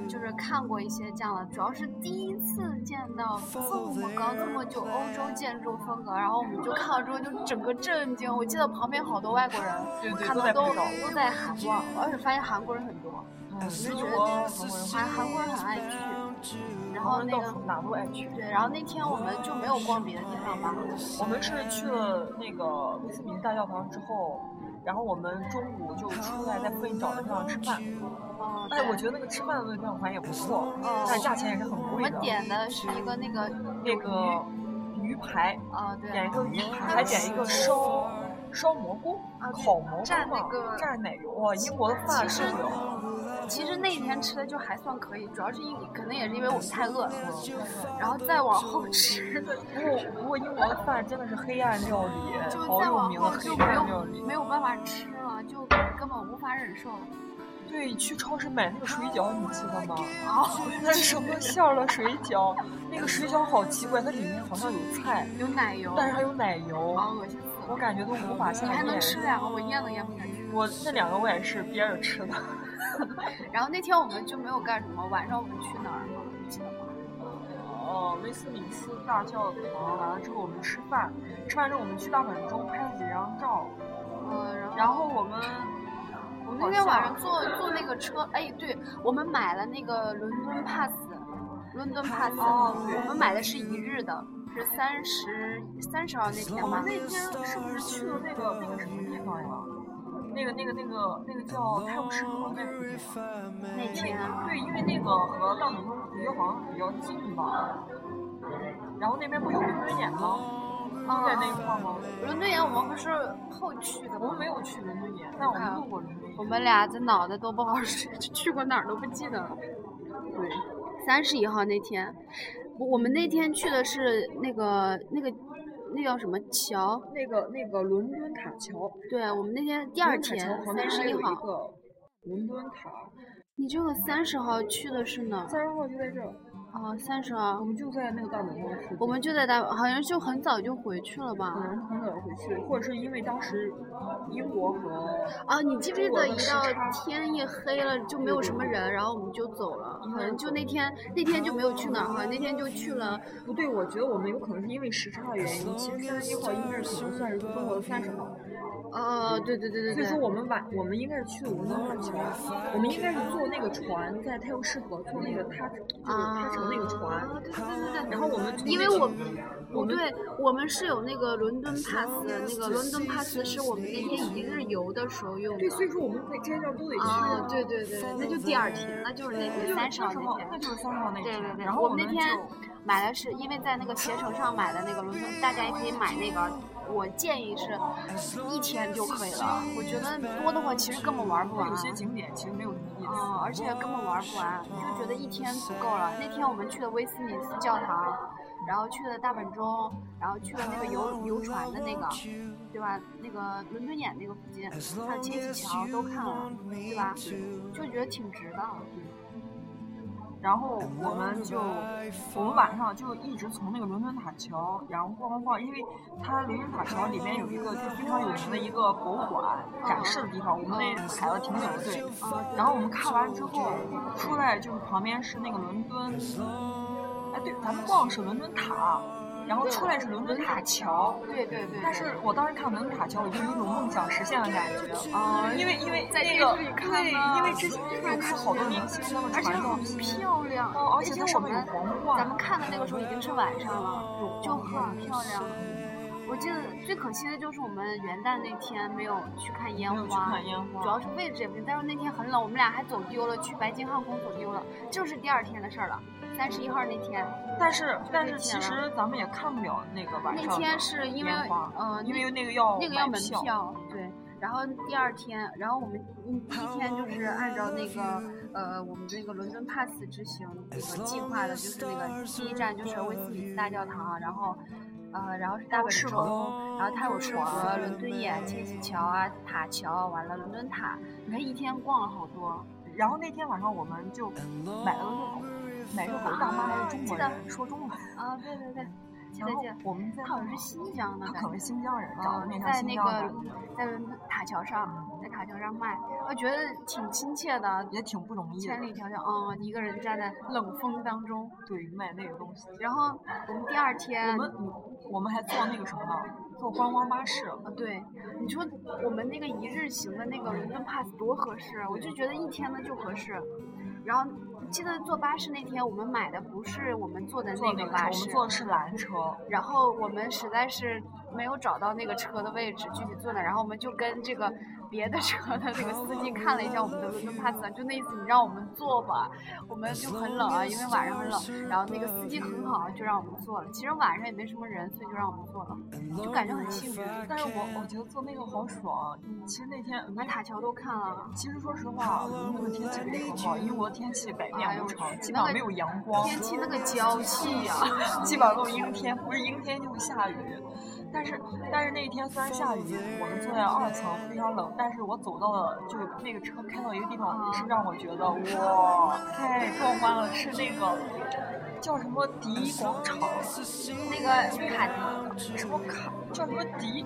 Speaker 2: 就是看过一些这样的，主要是第一次见到这么高、这么久欧洲建筑风格，然后我们就看到之后就整个震惊。我记得旁边好多外国人，
Speaker 3: 对对
Speaker 2: 他
Speaker 3: 都
Speaker 2: 们
Speaker 3: 在
Speaker 2: 都
Speaker 3: 拍照
Speaker 2: 都在喊望，而且发现韩国人很多，
Speaker 3: 嗯
Speaker 2: 就觉
Speaker 3: 英
Speaker 2: 得
Speaker 3: 国
Speaker 2: 韩韩国人很爱去，然后
Speaker 3: 我们
Speaker 2: 那
Speaker 3: 到
Speaker 2: 个
Speaker 3: 处。哪都爱去。
Speaker 2: 对，然后那天我们就没有逛别的地方吧？
Speaker 3: 我们是去了那个威斯敏斯大教堂之后，然后我们中午就出来在附近找了地方吃饭。
Speaker 2: 哦，
Speaker 3: 哎，
Speaker 2: 对
Speaker 3: 我觉得那个吃饭的地方好像也不错，
Speaker 2: 哦
Speaker 3: 但价钱也是很
Speaker 2: 我
Speaker 3: 贵
Speaker 2: 们
Speaker 3: 的。
Speaker 2: 点的是一个那个
Speaker 3: 那个鱼排，
Speaker 2: 啊，对，
Speaker 3: 点一个鱼排，
Speaker 2: 那
Speaker 3: 还
Speaker 2: 个
Speaker 3: 点一个烧烧蘑菇
Speaker 2: 啊、对
Speaker 3: 烤蘑菇
Speaker 2: 蘸那
Speaker 3: 嘛
Speaker 2: 个
Speaker 3: 蘸奶油。哇，英国的饭
Speaker 2: 其
Speaker 3: 是
Speaker 2: 实
Speaker 3: 不了。
Speaker 2: 其实那一天吃的就还算可以，主要是因可能也是因为我们太饿了，然后再往后吃的
Speaker 3: 不过不过英国的饭真的是黑暗料理，
Speaker 2: 就
Speaker 3: 好
Speaker 2: 再
Speaker 3: 有
Speaker 2: 往
Speaker 3: 名的
Speaker 2: 后就
Speaker 3: 黑
Speaker 2: 没
Speaker 3: 暗料
Speaker 2: 有
Speaker 3: 理。
Speaker 2: 没有办法吃了，就根本无法忍受。
Speaker 3: 对，去超市买那个水饺，你记得吗？
Speaker 2: 哦，
Speaker 3: 那什么馅儿的水饺？那个水饺好奇怪，它里面好像有菜，
Speaker 2: 有奶油，
Speaker 3: 但是还有奶油，
Speaker 2: 啊，恶心死
Speaker 3: 我
Speaker 2: 了！
Speaker 3: 感觉都无法下
Speaker 2: 你
Speaker 3: 咽。
Speaker 2: 还能吃两个，我咽都咽不下去。
Speaker 3: 我那两个我也是憋着吃的。
Speaker 2: 然后那天我们就没有干什么，晚上我们去哪儿了？你记得吗？
Speaker 3: 哦，威斯敏斯大教堂完了之后，我们吃饭，吃完之后我们去大本钟拍了几张照，
Speaker 2: 嗯，然后
Speaker 3: 然后我们
Speaker 2: 我们那天晚上坐坐那个车，哎，对，我们买了那个伦敦 pass，伦敦 pass，、
Speaker 3: 哦对
Speaker 2: 我们买的是一日的，是三十三十号那天
Speaker 3: 我们
Speaker 2: 吧？
Speaker 3: 哦那天是不是去了那个那个什么地方呀？那个那个那个那个叫泰晤士河那附近啊。
Speaker 2: 那
Speaker 3: 因为
Speaker 2: 天啊
Speaker 3: 对，因为那个和大本钟离好像比较近吧。然后那边不有伦敦眼吗？就在哦那
Speaker 2: 哦，
Speaker 3: 块儿吗？
Speaker 2: 伦敦眼我们不是后去的
Speaker 3: 我们
Speaker 2: 吗？
Speaker 3: 没有去伦敦眼，但我们路过伦敦
Speaker 2: 我
Speaker 3: 眼。
Speaker 2: 们俩这脑袋都不好使，去过哪儿都不记得了。
Speaker 3: 对，
Speaker 2: 三十一号那天，我我们那天去的是那个那个那叫什么桥？
Speaker 3: 那个那个伦敦塔桥，
Speaker 2: 对，我们那天第二天
Speaker 3: 旁边
Speaker 2: 三
Speaker 3: 还
Speaker 2: 十
Speaker 3: 有
Speaker 2: 一
Speaker 3: 一
Speaker 2: 号，
Speaker 3: 个伦敦塔，
Speaker 2: 你这个三十号去的是哪儿？
Speaker 3: 三十号就在这儿，
Speaker 2: 哦，三十
Speaker 3: 我
Speaker 2: 号，
Speaker 3: 们就在那个大本钟附近。
Speaker 2: 我们就在大，好像就很早就回去了
Speaker 3: 可
Speaker 2: 吧？
Speaker 3: 能很早回去，或者是因为当时英国和
Speaker 2: 啊，你记不记
Speaker 3: 中国
Speaker 2: 得
Speaker 3: 的
Speaker 2: 一
Speaker 3: 时
Speaker 2: 到
Speaker 3: 差
Speaker 2: 天一黑了就没有什么人，然后我们就走了，好像就那天那天就没有去哪儿，好像那天就去了，
Speaker 3: 不对，我觉得我们有可能是因为时差的原因，其实三十一号应该是可能算是中国的三十号，
Speaker 2: 呃，对对对
Speaker 3: 所
Speaker 2: 对
Speaker 3: 以说
Speaker 2: 对，
Speaker 3: 我们晚我们应该是去伦敦塔桥，我们应该是坐那个船在泰晤士河坐那个他就是他城那个船，
Speaker 2: 啊，对对对对
Speaker 3: 然后我们
Speaker 2: 对，因为我
Speaker 3: 我
Speaker 2: 不
Speaker 3: 们
Speaker 2: 对，我们是有那个伦敦 pass 的，那个伦敦 pass 是我们那天一日游的时候用
Speaker 3: 对，所以
Speaker 2: 的。
Speaker 3: 说我们在街上都得去。
Speaker 2: 啊，对对对，那就第二天，那就是那天三十号那天
Speaker 3: 那。就是三号那
Speaker 2: 对对对，
Speaker 3: 然后
Speaker 2: 我
Speaker 3: 我
Speaker 2: 们那
Speaker 3: 就
Speaker 2: 天买的是，因为在那个携程上买的那个伦敦，大家也可以买那个。我建议是一天就可以了，我觉得多的话其实根本玩不完啊
Speaker 3: 有。些景点其实没有什么意思。
Speaker 2: 嗯，而且根本玩不完，就觉得一天足够了。那天我们去了威斯敏斯教堂，然后去了大本钟，然后去了那个
Speaker 3: 哦
Speaker 2: 游游船的那个，对吧？那个伦敦眼那个附近，还有千禧桥都看了，对吧？就觉得挺值的。
Speaker 3: 嗯然后我们就，我们晚上就一直从那个伦敦塔桥，然后逛逛逛，因为它伦敦塔桥里面有一个就非常有名的一个博物馆展示的地方，我们那排了挺久的队。
Speaker 2: 啊，
Speaker 3: 然后我们看完之后出来，就是旁边是那个伦敦，哎对，咱们逛的是伦敦塔，然后出来是伦敦塔桥。
Speaker 2: 对对对。
Speaker 3: 但是我当时看伦敦塔桥，我就有一种梦想实现的感觉。哦
Speaker 2: 啊，
Speaker 3: 因为因为
Speaker 2: 在
Speaker 3: 那
Speaker 2: 电
Speaker 3: 个
Speaker 2: 视里看
Speaker 3: 对，
Speaker 2: 吗
Speaker 3: 因为之前有看好多明星他们
Speaker 2: 而且
Speaker 3: 传照
Speaker 2: 很
Speaker 3: 片，
Speaker 2: 漂亮，
Speaker 3: 哦而且它
Speaker 2: 我
Speaker 3: 上面有
Speaker 2: 们
Speaker 3: 皇冠哦
Speaker 2: 咱们看的那个时候已经是晚上了，就很漂亮。我记得最可惜的就是我们元旦那天没有去看烟
Speaker 3: 没有去
Speaker 2: 花，
Speaker 3: 看烟花，
Speaker 2: 主要是位置也不行。但是那天很冷，我们俩还走丢了，去白金汉宫走丢了，这是第二天的事儿了。三十一号那天，
Speaker 3: 但是
Speaker 2: 就
Speaker 3: 但
Speaker 2: 这
Speaker 3: 是
Speaker 2: 些
Speaker 3: 其
Speaker 2: 了
Speaker 3: 实咱们也看不了那个晚
Speaker 2: 那
Speaker 3: 上的
Speaker 2: 天是因为
Speaker 3: 烟花
Speaker 2: 呃，
Speaker 3: 因
Speaker 2: 那
Speaker 3: 为那个要
Speaker 2: 那个要
Speaker 3: 买
Speaker 2: 门票，对。然后第二天，然后我们嗯第一天就是按照那个呃我们那个伦敦 pass 之行那个计划的，就是那个第一站就是威斯敏斯大教堂，然后呃然后是大本
Speaker 3: 士河
Speaker 2: 钟，然后泰晤士河、伦敦眼、千禧桥啊、塔桥，完了伦敦塔，你看一天逛了好多。
Speaker 3: 然后那天晚上我们就买了个热狗，买热狗大妈还是中国人，说中文。
Speaker 2: 啊，对对对，记
Speaker 3: 然
Speaker 2: 得
Speaker 3: 后
Speaker 2: 记得，
Speaker 3: 我们在
Speaker 2: 他好像是新疆的
Speaker 3: 他
Speaker 2: 感
Speaker 3: 可
Speaker 2: 觉
Speaker 3: 能。是新疆人，长
Speaker 2: 啊
Speaker 3: 得，像
Speaker 2: 在
Speaker 3: 新
Speaker 2: 那
Speaker 3: 疆
Speaker 2: 个嗯
Speaker 3: 人，
Speaker 2: 在塔桥上，在塔桥上卖，我觉得挺亲切的。
Speaker 3: 也挺不容易的
Speaker 2: 千。里迢迢，嗯，一个人站在冷风当中。
Speaker 3: 对，卖那个东西。
Speaker 2: 然后我们第二
Speaker 3: 我
Speaker 2: 天，
Speaker 3: 们我们还坐那个什么呢？坐观光巴士。
Speaker 2: 啊对，你说我们那个一日行的那个伦敦 pass 多合适啊，我就觉得一天的就合适。然后记得坐巴士那天，我们买的不是我们坐的
Speaker 3: 坐
Speaker 2: 那
Speaker 3: 那
Speaker 2: 个
Speaker 3: 个车，
Speaker 2: 巴
Speaker 3: 我们
Speaker 2: 士，
Speaker 3: 坐的是缆车，
Speaker 2: 然后我们实在是没有找到那个车的位置，具体坐哪，然后我们就跟这个别的车的那个司机看了一下我们的伦敦 pass，就那意思你让我们坐吧，我们就很冷啊，因为晚上很冷。然后那个司机很好，就让我们坐了。其实晚上也没什么人，所以就让我们坐了，就感觉很幸运。
Speaker 3: 但是我我觉得坐那个好爽。啊其实那天
Speaker 2: 我们塔桥都看了。
Speaker 3: 其实说实话，英国的天气为什么好？英国的天气百
Speaker 2: 哎
Speaker 3: 变
Speaker 2: 呦
Speaker 3: 无
Speaker 2: 我
Speaker 3: 常，
Speaker 2: 去
Speaker 3: 基
Speaker 2: 那
Speaker 3: 本上
Speaker 2: 个
Speaker 3: 没有阳光，
Speaker 2: 天气那个娇气呀、
Speaker 3: 基本上都是阴天，不是阴天就是下雨。但是但是那天虽然下雨，我们坐在二层非常冷，但是我走到了就是那个车开到一个地方，是让我觉得哇太壮观了，是那个叫什么迪广场，
Speaker 2: 那个卡迪
Speaker 3: 什么卡叫什么迪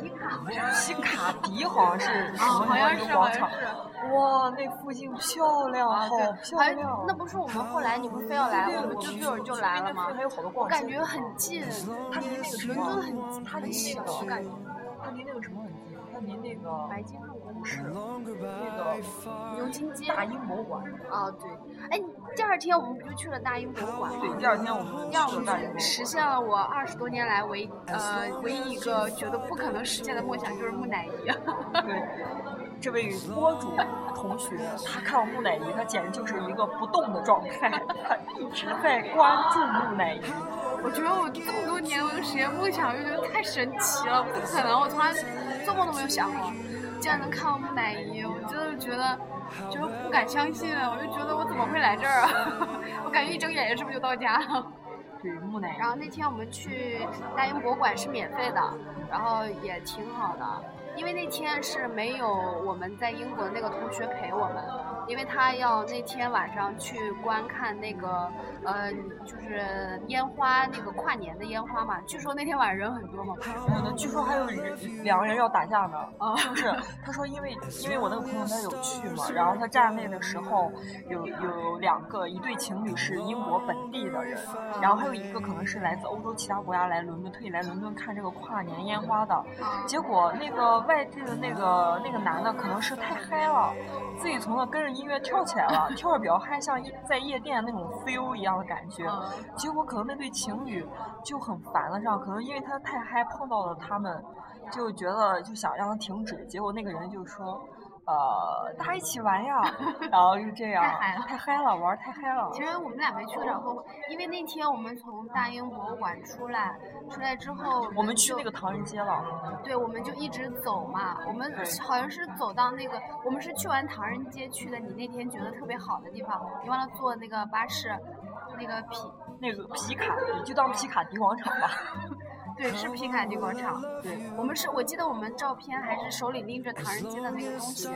Speaker 2: 皮卡，
Speaker 3: 西卡迪好像是什么
Speaker 2: 哦好像
Speaker 3: 一
Speaker 2: 是
Speaker 3: 个
Speaker 2: 好
Speaker 3: 广
Speaker 2: 像
Speaker 3: 场，
Speaker 2: 是。
Speaker 3: 哇那附近漂亮，
Speaker 2: 啊，
Speaker 3: 哦好
Speaker 2: 对，
Speaker 3: 漂
Speaker 2: 好
Speaker 3: 亮啊
Speaker 2: 像。那不是我们后来你们非要来，我们就队友就来了吗
Speaker 3: 那边？还有好多
Speaker 2: 我
Speaker 3: 逛街
Speaker 2: 感觉很近，
Speaker 3: 它离那个什
Speaker 2: 伦敦
Speaker 3: 么，
Speaker 2: 很近，
Speaker 3: 它
Speaker 2: 很
Speaker 3: 离
Speaker 2: 近
Speaker 3: 那个，
Speaker 2: 我感觉。
Speaker 3: 它离那个什么很近，它离那个
Speaker 2: 白金汉宫
Speaker 3: 不是那个
Speaker 2: 牛津街
Speaker 3: 大英博物馆。
Speaker 2: 啊，对，哎，第二天我们不就去了大英博物馆吗？
Speaker 3: 对，第二天我们
Speaker 2: 第二
Speaker 3: 去了大英博物
Speaker 2: 天
Speaker 3: 馆
Speaker 2: 实现了我二十多年来唯呃唯一一个觉得不可能实现的梦想，就是木乃伊。 *laughs*
Speaker 3: 对，这位播主同学，他看到木乃伊，他简直就是一个不动的状态，他一直在关注木乃伊。
Speaker 2: 我觉得我这么多年我的实现梦想，我就觉得太神奇了，不可能，我从来做梦都没有想过，竟然能看到木乃伊，我真的觉得就是不敢相信，啊我就觉得我怎么会来这儿啊？ *laughs* 我感觉一睁眼睛是不是就到家了？
Speaker 3: 对，木乃伊
Speaker 2: 然。后那天我们去大英博物馆是免费的，然后也挺好的，因为那天是没有我们在英国的那个同学陪我们，因为他要那天晚上去观看那个呃，就是烟花那个跨年的烟花嘛，据说那天晚上人很多嘛。
Speaker 3: 然后呢，据说还有人两个人要打架呢，
Speaker 2: 啊
Speaker 3: 是不是？他说因为因为我那个朋友他有去嘛，然后他站位的时候有有两个一对情侣是英国本地的人，然后还有一个可能是来自欧洲其他国家来伦敦特意来伦敦看这个跨年烟花的，
Speaker 2: *laughs*
Speaker 3: 结果那个外地的那个那个男的可能是太嗨了，自己从那跟着音乐跳起来了，跳的比较嗨，像夜在夜店那种 feel 一样的感觉。
Speaker 2: 嗯
Speaker 3: 结果可能那对情侣就很烦了，这样可能因为他太嗨碰到了他们，就觉得就想让他停止，结果那个人就说。呃，大家一起
Speaker 2: *laughs*
Speaker 3: 玩呀，然后就这样，
Speaker 2: 太嗨了
Speaker 3: 太嗨了，玩儿太嗨了。
Speaker 2: 其实我们俩没去有点后悔，因为那天我们从大英博物馆出来，出来之后
Speaker 3: 我们去
Speaker 2: 就
Speaker 3: 那个唐人街了，
Speaker 2: 对，我们就一直走嘛。我们
Speaker 3: 对
Speaker 2: 好像是走到那个，我们是去完唐人街去的。你那天觉得特别好的地方，你忘了坐那个巴士，那个皮，
Speaker 3: 那个皮卡迪，就当皮卡迪广场吧。
Speaker 2: 对，是皮卡迪广场。
Speaker 3: 对，
Speaker 2: 我们是我记得我们照片还是手里拎着唐人街的那个东西，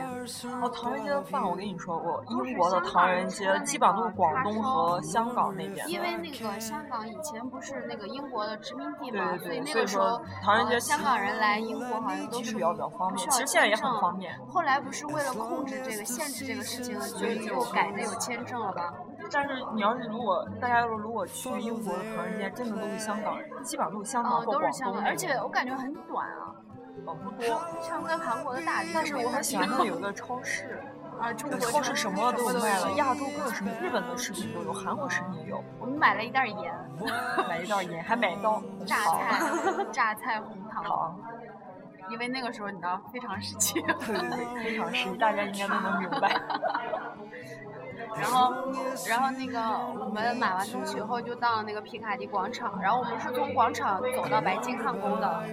Speaker 3: 哦，唐人街的饭我跟你说过，
Speaker 2: 都是
Speaker 3: 英国的
Speaker 2: 香港
Speaker 3: 唐人
Speaker 2: 人吃
Speaker 3: 街
Speaker 2: 的
Speaker 3: 基
Speaker 2: 那
Speaker 3: 本上都
Speaker 2: 个
Speaker 3: 是广
Speaker 2: 叉
Speaker 3: 东
Speaker 2: 烧
Speaker 3: 和香港那边的。
Speaker 2: 因为那个香港以前不是那个英国的殖民地嘛，
Speaker 3: 对对对
Speaker 2: 所以那
Speaker 3: 所
Speaker 2: 个
Speaker 3: 以
Speaker 2: 时
Speaker 3: 说
Speaker 2: 候
Speaker 3: 唐人街
Speaker 2: 呃
Speaker 3: 其
Speaker 2: 香
Speaker 3: 实
Speaker 2: 港人来英国好像都
Speaker 3: 其
Speaker 2: 是
Speaker 3: 实比较比较方
Speaker 2: 不需要
Speaker 3: 便其实现在也
Speaker 2: 签
Speaker 3: 很
Speaker 2: 证
Speaker 3: 方便
Speaker 2: 后来不是为了控制这个、限制这个事情，所以又改的有签证了吧？
Speaker 3: 但是你要是如果大家如果去英国的唐人街，真的都是香港人，基本上都是香港
Speaker 2: 嗯，
Speaker 3: 啊或
Speaker 2: 都
Speaker 3: 广
Speaker 2: 是香
Speaker 3: 东
Speaker 2: 港，
Speaker 3: 人，
Speaker 2: 而且我感觉很短啊，
Speaker 3: 呃不多。
Speaker 2: 像跟韩国的大理。
Speaker 3: 但是我很喜欢它
Speaker 2: *laughs*
Speaker 3: 有一个超市，
Speaker 2: 啊，中
Speaker 3: 那
Speaker 2: 国
Speaker 3: 个超市什么啊都有卖了，
Speaker 2: 呀，
Speaker 3: 亚洲各个食品，日本的食品都有，韩国食品也有，
Speaker 2: 我们买了一袋盐、
Speaker 3: 买一袋盐还买一刀
Speaker 2: 榨
Speaker 3: 糖 *laughs*
Speaker 2: 菜、榨菜红糖，
Speaker 3: 糖，
Speaker 2: 因为那个时候你知道非常时期。 *laughs*
Speaker 3: 对对对，非常适宜，大家应该都能明白。 *laughs*
Speaker 2: 然后，然后那个我们买完东西以后就到那个皮卡迪广场，然后我们是从广场走到白金汉宫的，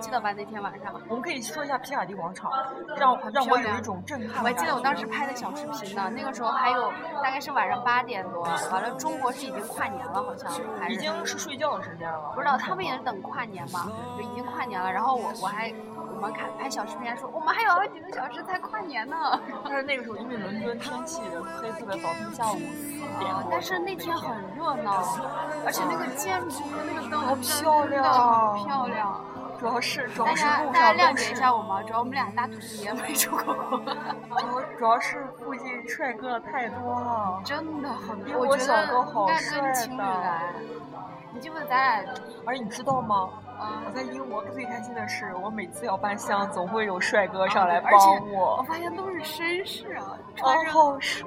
Speaker 2: 记得吧？那天晚上，
Speaker 3: 我们可以说一下皮卡迪广场，让让我有一种震撼。
Speaker 2: 我还记得我当时，拍的小视频呢，那个时候还有大概是晚上八点多，完了中国是已经跨年了，好像还是
Speaker 3: 已经是睡觉的时间了。
Speaker 2: 不知道他们也是等跨年嘛，就已经跨年了。然后我我还我们看拍小视频还说我们还有好几个小时才跨年呢。
Speaker 3: 但是那个时候因为伦敦天气黑特别早，从下午四点
Speaker 2: 啊
Speaker 3: 多。
Speaker 2: 但是那天很热闹，哦而且那个建筑那个灯
Speaker 3: 好
Speaker 2: 真
Speaker 3: 漂
Speaker 2: 的
Speaker 3: 亮
Speaker 2: 好漂亮。
Speaker 3: 主要是主
Speaker 2: 大
Speaker 3: 要是
Speaker 2: 家
Speaker 3: 路
Speaker 2: 大家
Speaker 3: 上
Speaker 2: 谅
Speaker 3: 都
Speaker 2: 解
Speaker 3: 是
Speaker 2: 一，下我们，主要我们俩大土爷没出过
Speaker 3: *laughs*
Speaker 2: 国，
Speaker 3: 主要主要是附近帅哥太多了。
Speaker 2: 真的很
Speaker 3: 英
Speaker 2: 多。我
Speaker 3: 国
Speaker 2: 觉
Speaker 3: 小
Speaker 2: 得
Speaker 3: 哥
Speaker 2: 应
Speaker 3: 好
Speaker 2: 该
Speaker 3: 帅
Speaker 2: 跟情侣
Speaker 3: 的
Speaker 2: 来。你记不记得咱俩？
Speaker 3: 而你知道吗？我
Speaker 2: 嗯，
Speaker 3: 在英国最开心的是，我每次要搬箱，总会有帅哥上来
Speaker 2: 而
Speaker 3: 帮
Speaker 2: 且我
Speaker 3: 我。
Speaker 2: 发现都是绅士啊，
Speaker 3: 哦
Speaker 2: 穿，着、
Speaker 3: 好帅！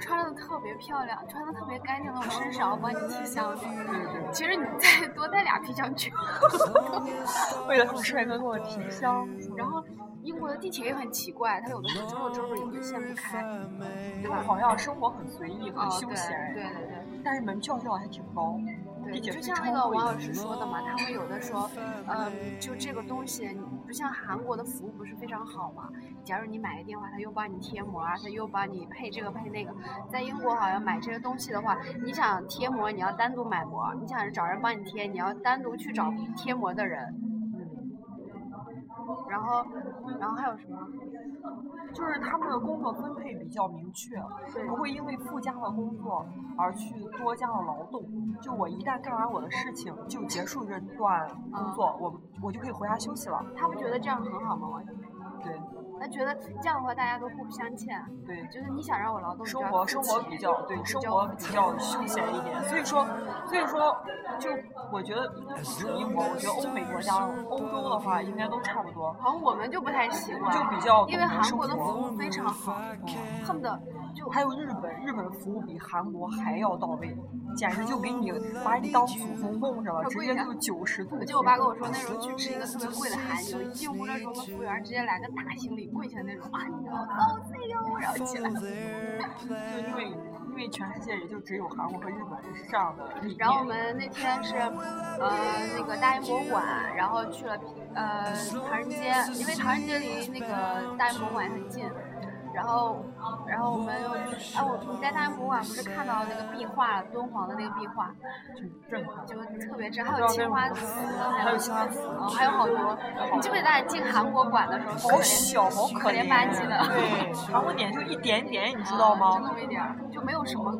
Speaker 2: 穿的特别漂亮，穿的特别干净那种绅士，然后帮你提箱子。
Speaker 3: 对对
Speaker 2: 其实你再 *laughs* 多带俩皮箱去， *laughs*
Speaker 3: 对，为了让帅哥给我提箱，
Speaker 2: 然后英国的地铁也很奇怪，它有的时候真的就是有的线不开，对
Speaker 3: 他
Speaker 2: 吧？
Speaker 3: 们好像生活很随意，很
Speaker 2: 哦，
Speaker 3: 休
Speaker 2: 对
Speaker 3: 闲，
Speaker 2: 对对对
Speaker 3: 但是门票要还挺高。
Speaker 2: 对，
Speaker 3: 地铁
Speaker 2: 就
Speaker 3: 非
Speaker 2: 像那
Speaker 3: 常
Speaker 2: 个
Speaker 3: 贵
Speaker 2: 王老师说的嘛，他们有的说，呃，就这个东西，你不像韩国的服务不是非常好嘛？假如你买个电话，他又帮你贴膜啊，他又帮你配这个配那个。在英国好像买这些东西的话，你想贴膜，你要单独买膜；你想找人帮你贴，你要单独去找贴膜的人。然后，然后还有什么？
Speaker 3: 就是他们的工作分配比较明确，
Speaker 2: 对
Speaker 3: 不会因为附加的工作而去多加了劳动。就我一旦干完我的事情，就结束这段工作，我我就可以回家休息了。
Speaker 2: 嗯他们觉得这样很好吗？王
Speaker 3: 对
Speaker 2: 他觉得这样的话，大家都互不相欠。啊
Speaker 3: 对，
Speaker 2: 就是你想让我劳动，
Speaker 3: 生活生活比较对生活比较休闲一点，所以说所以说就我觉得应该不是英国，我觉得欧美国家欧洲的话应该都差不多，
Speaker 2: 好像我们就不太习惯，
Speaker 3: 就比较懂
Speaker 2: 因为
Speaker 3: 得
Speaker 2: 韩
Speaker 3: 生
Speaker 2: 国的
Speaker 3: 活
Speaker 2: 服务非常好，恨不得就
Speaker 3: 还有日本，日本服务比韩国还要到位，简直就给你把你当祖宗供着了，
Speaker 2: 可
Speaker 3: 直
Speaker 2: 贵
Speaker 3: 接
Speaker 2: 了
Speaker 3: 就九十度。
Speaker 2: 就我爸跟我说，那时候去吃一个特别贵的韩牛，一进屋那时候，服务员直接来个大行李跪下那种啊，你好高兴哟，然后起来，
Speaker 3: 就因为
Speaker 2: 嗯
Speaker 3: 因为全世界也就只有韩国和日本是这样的理念。
Speaker 2: 然后我们那天是，呃，那个大英博物馆，然后去了呃唐人街，因为唐人街离那个大英博物馆也很近。然后，然后我们又去，哎，我你在大英博物馆不是看到那个壁画，敦煌的那个壁画，
Speaker 3: 就是正常。
Speaker 2: 就特别震撼，还有青花瓷，
Speaker 3: 还有青花瓷
Speaker 2: 嗯，还有好多。你记不记得咱俩进韩国馆的时候，
Speaker 3: 好小，好
Speaker 2: 可怜吧唧的， *laughs* 嗯
Speaker 3: 对，韩国点就一点点，你知道
Speaker 2: 就
Speaker 3: 吗？
Speaker 2: 那么一点儿，就没有什么。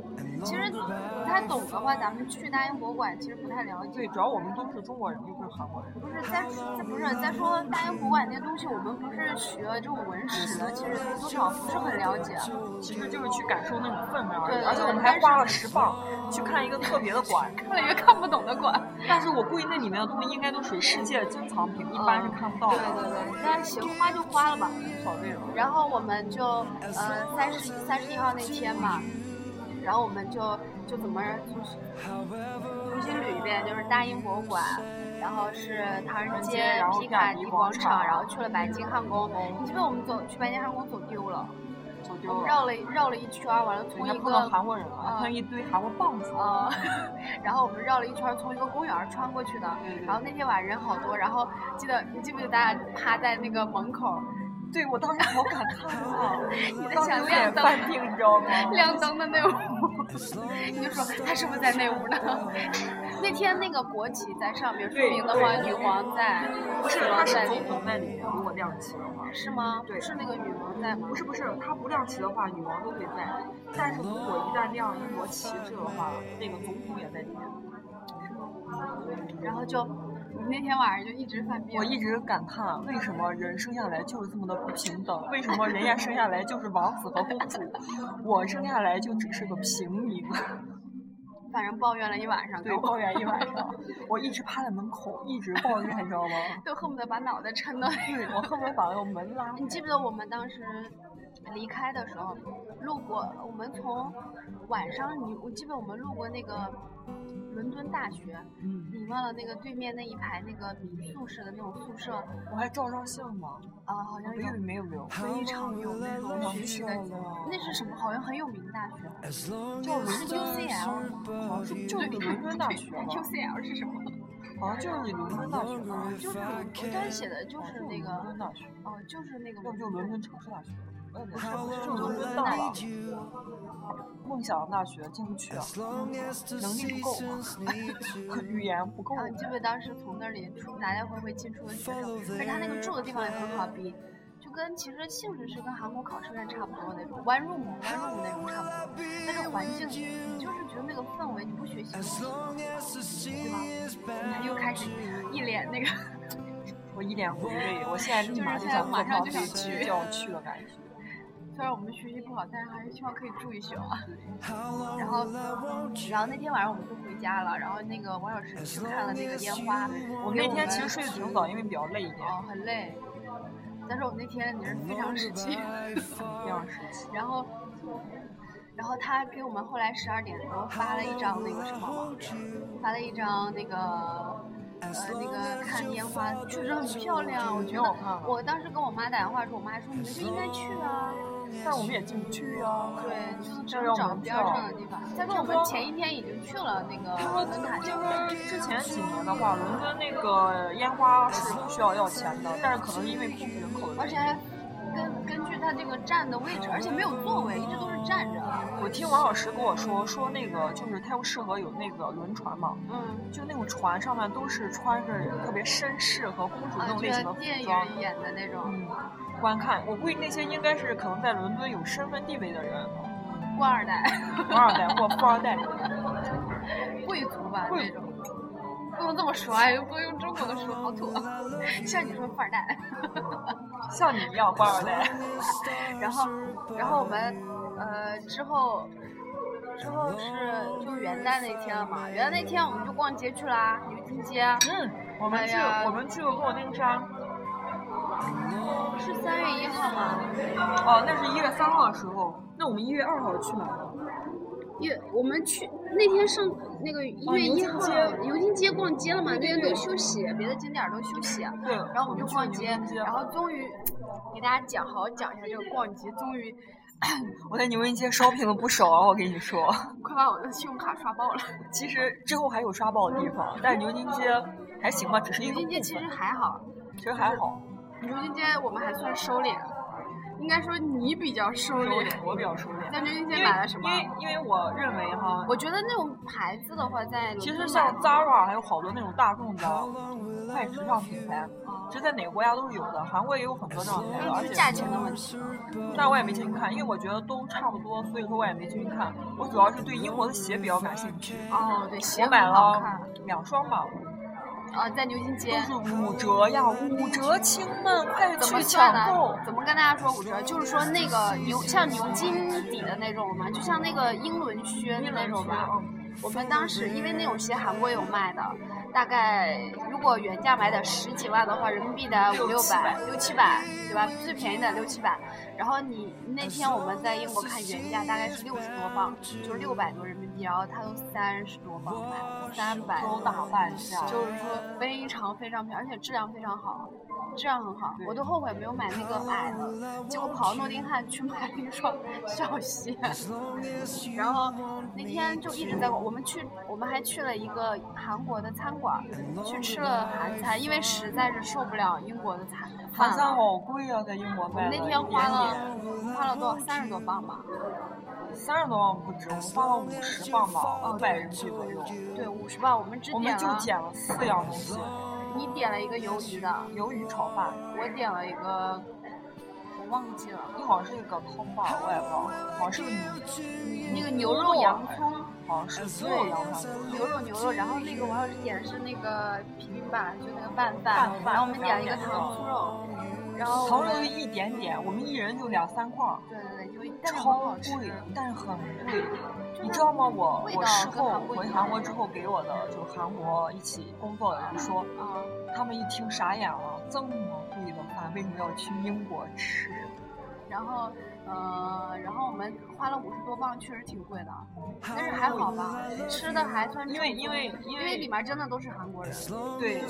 Speaker 2: 其实不太懂的话，咱们去大英博物馆其实不太了解。
Speaker 3: 对，主要我们都是中国人，又不是韩国人。
Speaker 2: 不是再再不是再说大英博物馆那些东西，我们不是学这种文史的，其实多少不是很了解。
Speaker 3: 其实就是去感受那种氛围而已，
Speaker 2: 对
Speaker 3: 而且我们
Speaker 2: 但
Speaker 3: 还
Speaker 2: 是
Speaker 3: 花了十磅去看一个特别的
Speaker 2: *laughs*
Speaker 3: 馆，
Speaker 2: 看了一个看不懂的
Speaker 3: *laughs*
Speaker 2: 馆，
Speaker 3: 但是我估计那里面的东西应该都属于世界的珍藏品，一般是看不到
Speaker 2: 对
Speaker 3: 的。
Speaker 2: 嗯对对，但行，花就花了吧。
Speaker 3: 对，少这种。
Speaker 2: 然后我们就呃三十三十一号那天嘛，然后我们就就怎么就是重新捋一遍，就是大英博物馆，然后是唐人街
Speaker 3: 然、后
Speaker 2: 皮卡
Speaker 3: 大
Speaker 2: 迪
Speaker 3: 理
Speaker 2: 广
Speaker 3: 广
Speaker 2: 场，
Speaker 3: 场嗯
Speaker 2: 然后去了白金汉宫。你记不记得我们走去白金汉宫走丢
Speaker 3: 哦
Speaker 2: 了？
Speaker 3: 走
Speaker 2: 我
Speaker 3: 丢
Speaker 2: 们
Speaker 3: 了，
Speaker 2: 绕了绕了一圈儿，完了从
Speaker 3: 人家
Speaker 2: 一
Speaker 3: 碰
Speaker 2: 个
Speaker 3: 到韩国人了，
Speaker 2: 啊
Speaker 3: 碰一堆韩国棒子。
Speaker 2: 呃， *laughs* 然后我们绕了一圈儿，从一个公园儿穿过去的
Speaker 3: 对。对
Speaker 2: 嗯然后那天晚上人好多，然后记得你记不记得咱俩趴在那个门口儿，
Speaker 3: 对我当时好感叹
Speaker 2: *laughs*
Speaker 3: 啊，
Speaker 2: 你在
Speaker 3: 当时
Speaker 2: 想
Speaker 3: 有
Speaker 2: 亮
Speaker 3: 点
Speaker 2: 灯
Speaker 3: 犯病，你知道吗？
Speaker 2: 亮灯的那屋，
Speaker 3: *laughs*
Speaker 2: *laughs* 你就说他是不是在那屋呢？ *laughs* 那天那个国旗在上面，说
Speaker 3: 对
Speaker 2: 明的
Speaker 3: 对
Speaker 2: 话
Speaker 3: 对
Speaker 2: 女王在，
Speaker 3: 不是，
Speaker 2: 女
Speaker 3: 他
Speaker 2: 王
Speaker 3: 是
Speaker 2: 在
Speaker 3: 总统在里面，如果亮起的话。
Speaker 2: 是吗？
Speaker 3: 对
Speaker 2: 是那个女王在吗
Speaker 3: 不？是不是，他不亮旗的话，女王都会在。但是如果一旦亮英国旗帜的话，那个总统也在里面。
Speaker 2: 然后就那天晚上就一直犯病，
Speaker 3: 我一直感叹，为什么人生下来就是这么的不平等？为什么人家生下来就是王子和公主，我生下来就只是个平民？ *laughs*
Speaker 2: 反正抱怨了一晚上，
Speaker 3: 对，抱怨一晚上，我一直趴在门口，一直抱怨，你知道吗？ *laughs*
Speaker 2: 都恨不得把脑袋撑到 *laughs* 那
Speaker 3: 对
Speaker 2: 个。
Speaker 3: 我恨不得把那个门拉开。
Speaker 2: 你记不记得我们当时离开的时候，路过我们从晚上，你我记得我们路过那个伦敦大学，
Speaker 3: 嗯，
Speaker 2: 你忘了那个对面那一排那个民宿式的那种宿舍
Speaker 3: 我还照张相吗？
Speaker 2: 啊，好像
Speaker 3: 没
Speaker 2: 有
Speaker 3: 有没有没有，
Speaker 2: 非常有那种学习的，那是什么？好像很有名的大学，
Speaker 1: 叫
Speaker 2: 是 UCL 吗？
Speaker 3: 好像是就是伦敦大学吧，
Speaker 2: UCL 是什么？
Speaker 3: 好像就是伦敦大学吧，
Speaker 2: 就是我刚写的就是那个，
Speaker 3: 伦敦大学，
Speaker 2: 哦，就是那个
Speaker 3: 要不就伦敦城市大学，我也不是，不是就是伦敦
Speaker 2: 啊
Speaker 3: 大了，
Speaker 1: 能
Speaker 3: 梦想大学进不去啊，
Speaker 1: 力不
Speaker 2: 啊
Speaker 1: 够。
Speaker 3: 语言不够啊
Speaker 2: 然。后你记不记得当时从那里出来来回回进出的学生，而且他那个住的地方也很好比，就跟其实性质是跟韩国考试院差不多那种，one room one room 啊那种差不多，但是环境你就是觉得那个氛围，你不学习不行，对吧？ *laughs* 你看又开始一脸那个， *laughs*
Speaker 3: 我一脸回味，我现在立马就想坐上飞机就要去的感觉。
Speaker 2: 虽然我们学习不好，但是还是希望可以住一宿啊。然后，然后那天晚上我们就回家了，然后那个王小石去看了那个烟花，
Speaker 3: 我
Speaker 2: 给
Speaker 3: 哦那天
Speaker 2: 们
Speaker 3: 其实睡得挺早，因为比较累一点，
Speaker 2: 哦很累，但是我那天也是非常使 *laughs* 劲。
Speaker 3: 非常时期。
Speaker 2: 然后，然后他给我们后来十二点的时候发了一张那个什么网，发了一张那个呃那个看烟花，确实很漂亮。我觉
Speaker 3: 挺好看
Speaker 2: 得
Speaker 3: 啊
Speaker 2: 我当时跟我妈打电话的时候，我妈说你们就应该去啊。
Speaker 3: 嗯但我们也进不去啊。
Speaker 2: 对，就是只
Speaker 3: 这让
Speaker 2: 能
Speaker 3: 我
Speaker 2: 找
Speaker 3: 们
Speaker 2: 边儿
Speaker 3: 跳
Speaker 2: 上的地方。但是
Speaker 3: 就
Speaker 2: 我们
Speaker 3: 说
Speaker 2: 前一天已经去了那个
Speaker 3: 他说
Speaker 2: 伦卡
Speaker 3: 他哦就
Speaker 2: 酒
Speaker 3: 说之前几年的话，伦敦那个烟花是不需要要钱的，但是可能是因为控制人口的
Speaker 2: 而
Speaker 3: 关
Speaker 2: 且
Speaker 3: 系。
Speaker 2: 还根根据它这个站的位置，而且没有座位，一直都是站着。
Speaker 3: 我听王老师跟我说，说那个就是它又适合有那个轮船嘛，
Speaker 2: 嗯，
Speaker 3: 就那种船上面都是穿着特别绅士和公主
Speaker 2: 啊
Speaker 3: 那，种
Speaker 2: 就
Speaker 3: 类型的
Speaker 2: 像
Speaker 3: 服
Speaker 2: 电
Speaker 3: 装，
Speaker 2: 影演的那种
Speaker 3: 嗯，观看。我估计那些应该是可能在伦敦有身份地位的人，
Speaker 2: 官二代、 *laughs*
Speaker 3: 富二代或富二代。
Speaker 2: 贵族吧
Speaker 3: 贵
Speaker 2: 那种。不能这么说，哎，不能用中国的说，好土。啊 *laughs* 像你说富二代，
Speaker 3: 像你一样官二代， *laughs*
Speaker 2: 然后，然后我们呃之后之后是就是元旦那天了嘛，元旦那天我们就逛街去啦，牛津街啊
Speaker 3: 嗯，我们去、
Speaker 2: 哎呀
Speaker 3: 我们去过那个山，
Speaker 2: 是三月一号吗？
Speaker 3: 哦，那是一月三号的时候，那我们一月二号去哪儿了？
Speaker 2: 一我们去那天上那个一月一号牛津哦街逛街了嘛，那天都休息，别的景点儿都休息。啊
Speaker 3: 对，
Speaker 2: 然后我们就逛街
Speaker 3: 去牛津，
Speaker 2: 然后终于给大家讲，好好讲一下这个逛街，终于
Speaker 3: 我在牛津街 shopping 了不少啊，我跟你说。
Speaker 2: 快把我的信用卡刷爆了。
Speaker 3: 其实之后还有刷爆的地方，但是牛津街还行吧，只是一
Speaker 2: 牛
Speaker 3: 个
Speaker 2: 津
Speaker 3: 部
Speaker 2: 街
Speaker 3: 分，
Speaker 2: 其实还好，
Speaker 3: 其实还好。
Speaker 2: 牛津街我们还算收敛，啊应该说你比较收
Speaker 3: 收
Speaker 2: 敛。
Speaker 3: 敛，我比较收
Speaker 2: *laughs*
Speaker 3: 敛。
Speaker 2: 在牛津
Speaker 3: 因
Speaker 2: 街
Speaker 3: 为
Speaker 2: 买了什么
Speaker 3: 因？为因为我认为哈，
Speaker 2: 我觉得那种牌子的话，在伦
Speaker 3: 其实
Speaker 2: 敦
Speaker 3: 像
Speaker 2: 买
Speaker 3: Zara 还有好多那种大众的快时尚品牌，其实在哪个国家都是有的，韩国也有很多这样的牌子，而
Speaker 2: 哎嗯就是
Speaker 3: 且
Speaker 2: 价钱的问题。
Speaker 3: 但我也没进去看，因为我觉得都差不多，所以说我也没进去看。我主要是对英国的鞋比较感兴趣，
Speaker 2: 哦，对，鞋
Speaker 3: 我买
Speaker 2: 很好
Speaker 3: 了
Speaker 2: 看
Speaker 3: 两双吧，
Speaker 2: 啊，在牛津街。
Speaker 3: 都是五折呀，五折，亲们快
Speaker 2: 怎么
Speaker 3: 去
Speaker 2: 算
Speaker 3: 抢
Speaker 2: 呢
Speaker 3: 购！！
Speaker 2: 怎么跟大家说五折？就是说那个牛像牛筋底的那种嘛，就像那个英伦靴的那种吧。
Speaker 3: 嗯
Speaker 2: 我们当时因为那种鞋韩国有卖的，大概如果原价买得十几万的话，人民币得五六百、六七百，对吧？最便宜的六七百。然后你那天我们在英国看原价大概是六十多磅，就是六百多人民币，然后它都三十多磅卖，三百
Speaker 3: 都大半价，
Speaker 2: 就是说非常非常漂亮，而且质量非常好，质量很好。我都后悔没有买那个矮的，结果跑到诺丁汉去买了一双 *laughs* 小鞋。然后那天就一直在逛，我们去，我们还去了一个韩国的餐馆，去吃了韩餐，因为实在是受不了英国的餐
Speaker 3: 韩
Speaker 2: 饭
Speaker 3: 餐
Speaker 2: 了。
Speaker 3: 好贵啊，在英国
Speaker 2: 我
Speaker 3: 卖
Speaker 2: 们
Speaker 3: 的
Speaker 2: 那天花
Speaker 3: 一点
Speaker 2: 了花了多少？三十多磅吧。
Speaker 3: 点三十多磅不止，我们花了五十磅吧，五百人民币左右。
Speaker 2: 对，五十磅，我们只
Speaker 3: 我们
Speaker 2: 点
Speaker 3: 就
Speaker 2: 了。
Speaker 3: 点了四样东西：
Speaker 2: 你点了一个鱿鱼的，
Speaker 3: 鱿鱼炒饭，
Speaker 2: 我点了一个，我忘记了。
Speaker 3: 一好像是一个汤
Speaker 2: 哦
Speaker 3: 吧，我也忘了，好像是个鱼，
Speaker 2: 那个牛肉洋葱，
Speaker 3: 好像是肉羊肉。
Speaker 2: 牛肉牛肉，然后那个王老师点的是那个皮皮拌，就那个拌饭
Speaker 3: 拌，饭
Speaker 2: 然后我们点了一个糖醋肉，然后
Speaker 3: 糖肉就一点点，我们一人就两三块儿，
Speaker 2: 对对对，就但是很
Speaker 3: 超
Speaker 2: 好吃，啊
Speaker 3: 贵，但是很贵。你知道吗？我
Speaker 2: 味道
Speaker 3: 我事
Speaker 2: 跟
Speaker 3: 后
Speaker 2: 韩国一
Speaker 3: 回
Speaker 2: 样
Speaker 3: 韩国之后给我的就是韩国一起工作的人说，
Speaker 2: 啊，
Speaker 3: 他们一听傻眼了，这么贵的饭为什么要去英国吃？
Speaker 2: 然后呃，然后我们花了五十多磅，确实挺贵的，但是还好吧，吃的还算
Speaker 3: 因为因为因
Speaker 2: 因为里
Speaker 3: 为
Speaker 2: 面真的都是韩国人。
Speaker 3: 对，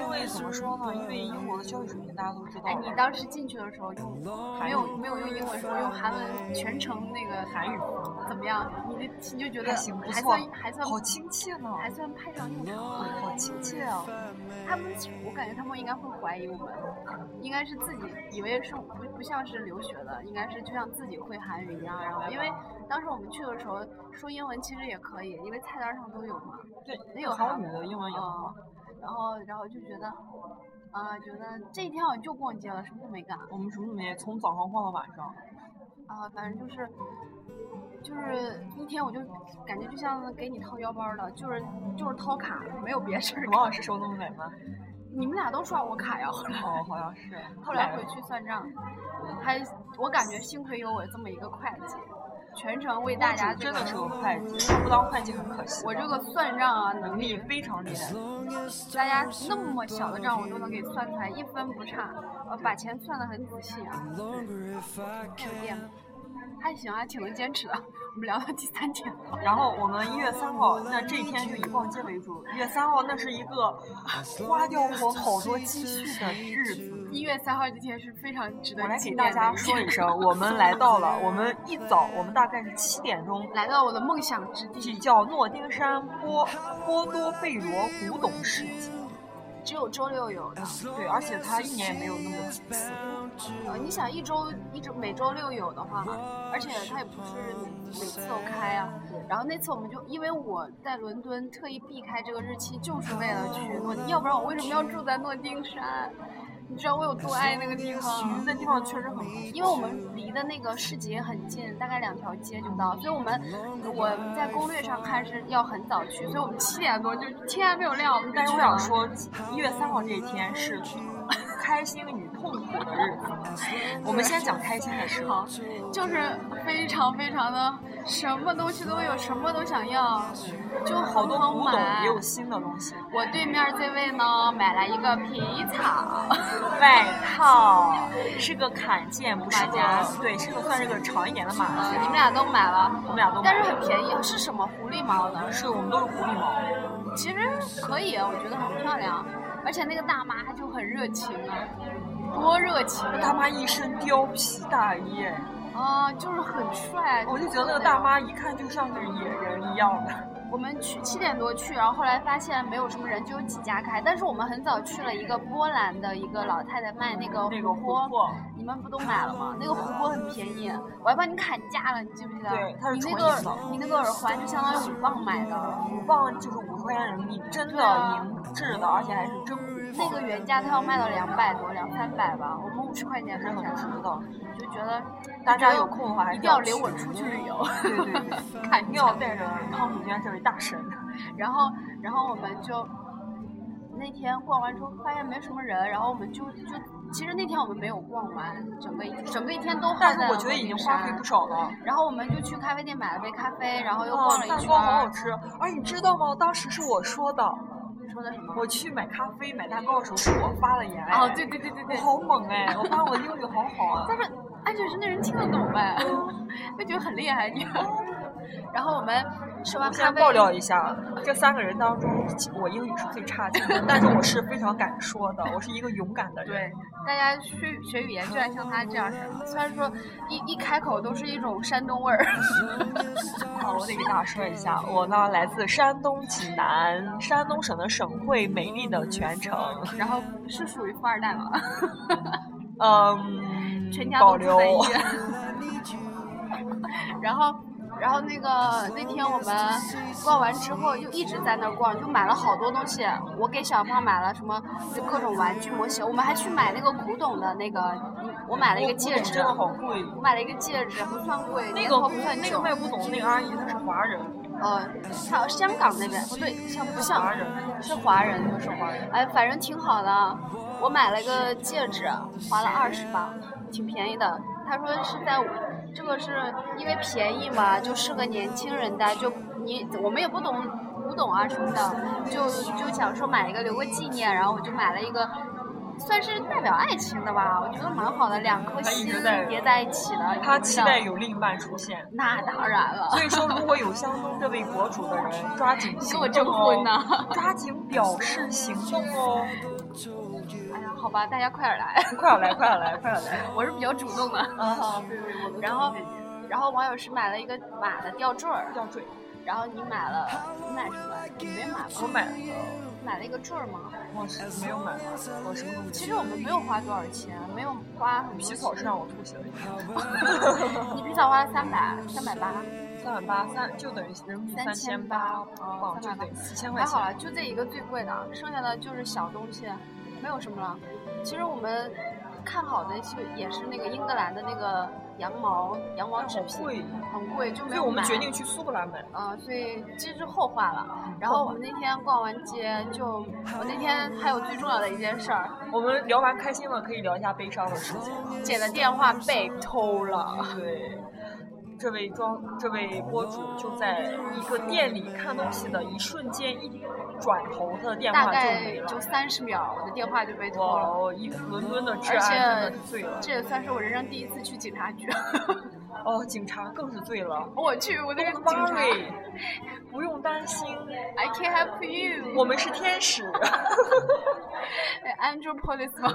Speaker 3: 因为怎么说呢？因为英国的教育水平大家都知道
Speaker 2: 哎，你
Speaker 3: 了，
Speaker 2: 当时进去的时候用没有没有用英文说，用韩文全程那个
Speaker 3: 韩语
Speaker 2: 怎么样？你的心就觉
Speaker 3: 还
Speaker 2: 得
Speaker 3: 行不
Speaker 2: 还
Speaker 3: 错
Speaker 2: 算还算
Speaker 3: 好亲切呢，
Speaker 2: 还算派上用场。
Speaker 3: 好亲切啊！
Speaker 2: 他们，我感觉他们应该会怀疑我们，应该是自己以为是不不像是留学的，应该是就像自己会韩语一样。然后，因为当时我们去的时候说英文其实也可以，因为菜单上都有嘛。
Speaker 3: 对，
Speaker 2: 没
Speaker 3: 那
Speaker 2: 有
Speaker 3: 个
Speaker 2: 韩
Speaker 3: 韩语的英文也很好
Speaker 2: 嗯。，然后然后就觉得，啊、觉得这一天好像就逛街了，什么都没干。
Speaker 3: 我们什么都没，从早上逛到晚上。
Speaker 2: 啊、反正就是。就是一天，我就感觉就像给你掏腰包的，就是就是掏卡，没有别事儿干。
Speaker 3: 王老师手怎么冷吗？
Speaker 2: 你们俩都刷我卡呀？后来
Speaker 3: 哦，好像 *laughs* 是。
Speaker 2: 后来回去算账，还我感觉幸亏有我这么一个会计，全程为大家这
Speaker 3: 真
Speaker 2: 个
Speaker 3: 的是个会计，不当会计很可惜的。
Speaker 2: 我这个算账啊能
Speaker 3: 能
Speaker 2: 力，
Speaker 3: 力非常厉害，
Speaker 2: 大家那么小的账我都能给算出来，一分不差，呃，把钱算得很仔细啊。对，很厉害还行啊，挺能坚持的。我们聊到第三天了，
Speaker 3: 然后我们一月三号，那这一天就以逛街为主。一月三号那是一个花掉我好多积蓄的日子。
Speaker 2: 一月三号这天是非常值得
Speaker 3: 我来
Speaker 2: 纪
Speaker 3: 给
Speaker 2: 念
Speaker 3: 大家
Speaker 2: 的
Speaker 3: 说
Speaker 2: 天
Speaker 3: 一声，我们来到了，我们一早，我们大概是七点钟，
Speaker 2: 来到我的梦想之地，
Speaker 3: 叫诺丁山波波多贝罗古董市集。
Speaker 2: 只有周六有的。
Speaker 3: 啊对，而且它一年也没有那么几次。
Speaker 2: 呃，你想一周一周每周六有的话，
Speaker 3: 嗯啊
Speaker 2: 而且它也不是每次都开啊。然后那次我们就因为我在伦敦特意避开这个日期，就是为了去诺丁，要不然我为什么要住在诺丁山？你知道我有多爱那个地方吗？
Speaker 3: 那地方确实很好，
Speaker 2: 因为我们离的那个市集很近，大概两条街就到，所以我们我在攻略上看是要很早去，所以我们七点多就天还没有亮，我们就
Speaker 3: 但是
Speaker 2: 去
Speaker 3: 我想
Speaker 2: 了
Speaker 3: 说，一月三号这一天是开心与痛苦的日子。 *laughs* 我们先讲开心的事。
Speaker 2: 好，就是非常非常的什么东西都有，什么都想要，就
Speaker 3: 好多
Speaker 2: 疯
Speaker 3: 古董
Speaker 2: 买
Speaker 3: 也有新的东西，
Speaker 2: 我对面这位呢，买了一个皮草，
Speaker 3: 外套是个坎肩，不是
Speaker 2: 马
Speaker 3: 个
Speaker 2: 甲
Speaker 3: 对，是个算是个长一点的马
Speaker 2: 呃，你们
Speaker 3: 甲。
Speaker 2: 俩都买
Speaker 3: 我
Speaker 2: 了，
Speaker 3: 们俩都
Speaker 2: 但
Speaker 3: 买
Speaker 2: 是
Speaker 3: 了，
Speaker 2: 很便宜，是什么狐狸毛的？
Speaker 3: 是我们都是狐狸毛。
Speaker 2: 其实可以，啊我觉得很漂亮，而且那个大妈就很热情啊，多热情
Speaker 3: 那大妈一身貂皮大衣，
Speaker 2: 啊，就是很帅。
Speaker 3: 哦我就觉得那个大妈一看就像是野人一样的。
Speaker 2: 我们去七点多去，然后后来发现没有什么人，就有几家开。但是我们很早去了一个波兰的一个老太太卖那个
Speaker 3: 那个
Speaker 2: 火
Speaker 3: 琥
Speaker 2: 锅，
Speaker 3: 珀，
Speaker 2: 你们不都买了吗？那个火锅很便宜，我还帮你砍价了，你记不记得？
Speaker 3: 对它是
Speaker 2: 你那
Speaker 3: 纯
Speaker 2: 个
Speaker 3: 银的
Speaker 2: 你那个耳环就相当于五磅买的，
Speaker 3: 五磅就是五十块钱人民币，真
Speaker 2: 对
Speaker 3: 的
Speaker 2: 啊
Speaker 3: 银质的，而且还是真琥
Speaker 2: 那
Speaker 3: 珀，
Speaker 2: 个原价它要卖到两百多，两三百吧，我们五十块钱
Speaker 3: 真
Speaker 2: 买
Speaker 3: 的
Speaker 2: 下
Speaker 3: 很值
Speaker 2: 来，
Speaker 3: *laughs* 得。
Speaker 2: 就觉得
Speaker 3: 大家有空的话还
Speaker 2: 一
Speaker 3: 是
Speaker 2: 定要
Speaker 3: 去
Speaker 2: 领我出去旅游。
Speaker 3: 对对对，
Speaker 2: 砍
Speaker 3: 一定
Speaker 2: 价
Speaker 3: 要带着汤姆娟这位大神。
Speaker 2: *laughs* 然后，然后我们就那天逛完之后发现没什么人，然后我们就就其实那天我们没有逛完整个一整个一天都耗
Speaker 3: 但
Speaker 2: 在
Speaker 3: 是我觉得
Speaker 2: 了
Speaker 3: 已经
Speaker 2: 黄
Speaker 3: 花
Speaker 2: 山
Speaker 3: 费不少了。
Speaker 2: 然后我们就去咖啡店买了杯咖啡，然后又
Speaker 3: 哦
Speaker 2: 逛了，一
Speaker 3: 蛋
Speaker 2: 圈
Speaker 3: 糕好好
Speaker 2: 儿。
Speaker 3: 吃。而你知道吗？当时是我说的，
Speaker 2: 你说的什么？
Speaker 3: 我去买咖啡、买蛋糕的时候是我发了言。
Speaker 2: 哦，对对对对
Speaker 3: 我
Speaker 2: 对。
Speaker 3: 好猛哎！我发我英语好
Speaker 2: *laughs*
Speaker 3: 好啊。
Speaker 2: 但是安全生的人听得懂呗， *laughs* 就觉得很厉害你。 *laughs* 然后我们吃完
Speaker 3: 我
Speaker 2: 咖
Speaker 3: 先
Speaker 2: 啡，
Speaker 3: 爆料一下，这三个人当中，我英语是最差劲的，但是我是非常敢说的，我是一个勇敢的人。
Speaker 2: 对，大家学学语言，居然像他这样似的。虽
Speaker 3: *laughs*
Speaker 2: 然说一一开口都是一种山东味儿， *laughs*
Speaker 3: 啊，我得给大家说一下，我呢来自山东济南，山东省的省会美丽的泉城。
Speaker 2: *laughs* 然
Speaker 3: *laughs*
Speaker 2: 后是属于富二代嘛，
Speaker 3: 嗯，
Speaker 2: 全家
Speaker 3: 保
Speaker 2: 都住
Speaker 3: 留
Speaker 2: 在医院。然后，然后那个那天我们逛完之后，就一直在那儿逛，就买了好多东西。我给小胖买了什么，就各种玩具模型。我们还去买那个古董的那个，嗯我买了一个戒指
Speaker 3: 真，的好贵。
Speaker 2: 我买了一个戒指，不算贵，
Speaker 3: 那
Speaker 2: 年
Speaker 3: 个
Speaker 2: 头不算
Speaker 3: 那个
Speaker 2: 久。
Speaker 3: 卖古董的那个阿姨她是华人，
Speaker 2: 呃，她香港那边不对，像不像
Speaker 3: 华人
Speaker 2: 是华人就是华人。哎，反正挺好的。我买了个戒指，花了二十吧，挺便宜的。他说是在我这个是因为便宜嘛，就适合年轻人的，就你我们也不懂古董啊什么的，就就想说买一个留个纪念，然后我就买了一个。算是代表爱情的吧，我觉得蛮好的，两颗
Speaker 3: 她一
Speaker 2: 心
Speaker 3: 直在
Speaker 2: 叠在一起的。
Speaker 3: 她
Speaker 2: 你
Speaker 3: 期
Speaker 2: 知道
Speaker 3: 待有另一半出现。
Speaker 2: 那当然了，
Speaker 3: 所以说，如果有相中这位博主的人，抓紧
Speaker 2: 你跟
Speaker 3: 行
Speaker 2: 我征
Speaker 3: 动
Speaker 2: 婚呢
Speaker 3: 哦！？抓紧表示行动哦！
Speaker 2: 哎呀，好吧，大家快点来，
Speaker 3: 快点来，快点来，快点来！
Speaker 2: 我是比较主动的。
Speaker 3: 啊，好，对对，我
Speaker 2: 然后，然后网友是买了一个马的吊坠儿，
Speaker 3: 要追，
Speaker 2: 然后你买了，你买什么？你没买吧？
Speaker 3: 我买了，
Speaker 2: 买了一个坠儿吗？
Speaker 3: 我是没有买，我是
Speaker 2: 其实我们没有花多少钱，没有花很多
Speaker 3: 皮
Speaker 2: 钱
Speaker 3: 草是让我吐血了，
Speaker 2: *laughs*
Speaker 3: *laughs*
Speaker 2: 你皮草花了三百，三百八，
Speaker 3: 三万八三就等于人民币
Speaker 2: 三
Speaker 3: 千
Speaker 2: 千
Speaker 3: 八，
Speaker 2: 八
Speaker 3: 哦，就得四千块
Speaker 2: 还好了，
Speaker 3: 钱。
Speaker 2: 就这一个最贵的，剩下的就是小东西，没有什么了。其实我们看好的是也是那个英格兰的那个羊毛羊毛制
Speaker 3: 好
Speaker 2: 品，
Speaker 3: 贵，
Speaker 2: 很贵，就
Speaker 3: 所
Speaker 2: 没
Speaker 3: 以
Speaker 2: 有
Speaker 3: 我们
Speaker 2: 买
Speaker 3: 决定去苏格兰买。
Speaker 2: 嗯，所以这是后话
Speaker 3: 嗯
Speaker 2: 了。啊然后我们那天逛完街
Speaker 3: *laughs*
Speaker 2: 就，我那天还有最重要的一件事儿，
Speaker 3: 我们聊完开心了，可以聊一下悲伤的事情了。
Speaker 2: 姐的电话被偷了。
Speaker 3: 对，这位庄，这位博主就在一个店里看东西的一瞬间，一转头，他的电
Speaker 2: 大
Speaker 3: 话就没
Speaker 2: 概
Speaker 3: 了
Speaker 2: 就。三十秒，我的电话就被偷
Speaker 3: 哇
Speaker 2: 了。
Speaker 3: 哦，一伦敦的治
Speaker 2: 而
Speaker 3: 安真的
Speaker 2: 且
Speaker 3: 是醉了。
Speaker 2: 这也算是我人生第一次去警察局， *laughs*
Speaker 3: 哦，警察更是醉了。
Speaker 2: 我去，我那个警察
Speaker 3: Barry，不用担心，
Speaker 2: ，I can help you。哎
Speaker 3: 我们是
Speaker 2: *laughs*
Speaker 3: 天使。
Speaker 2: I'm your *laughs* policeman 。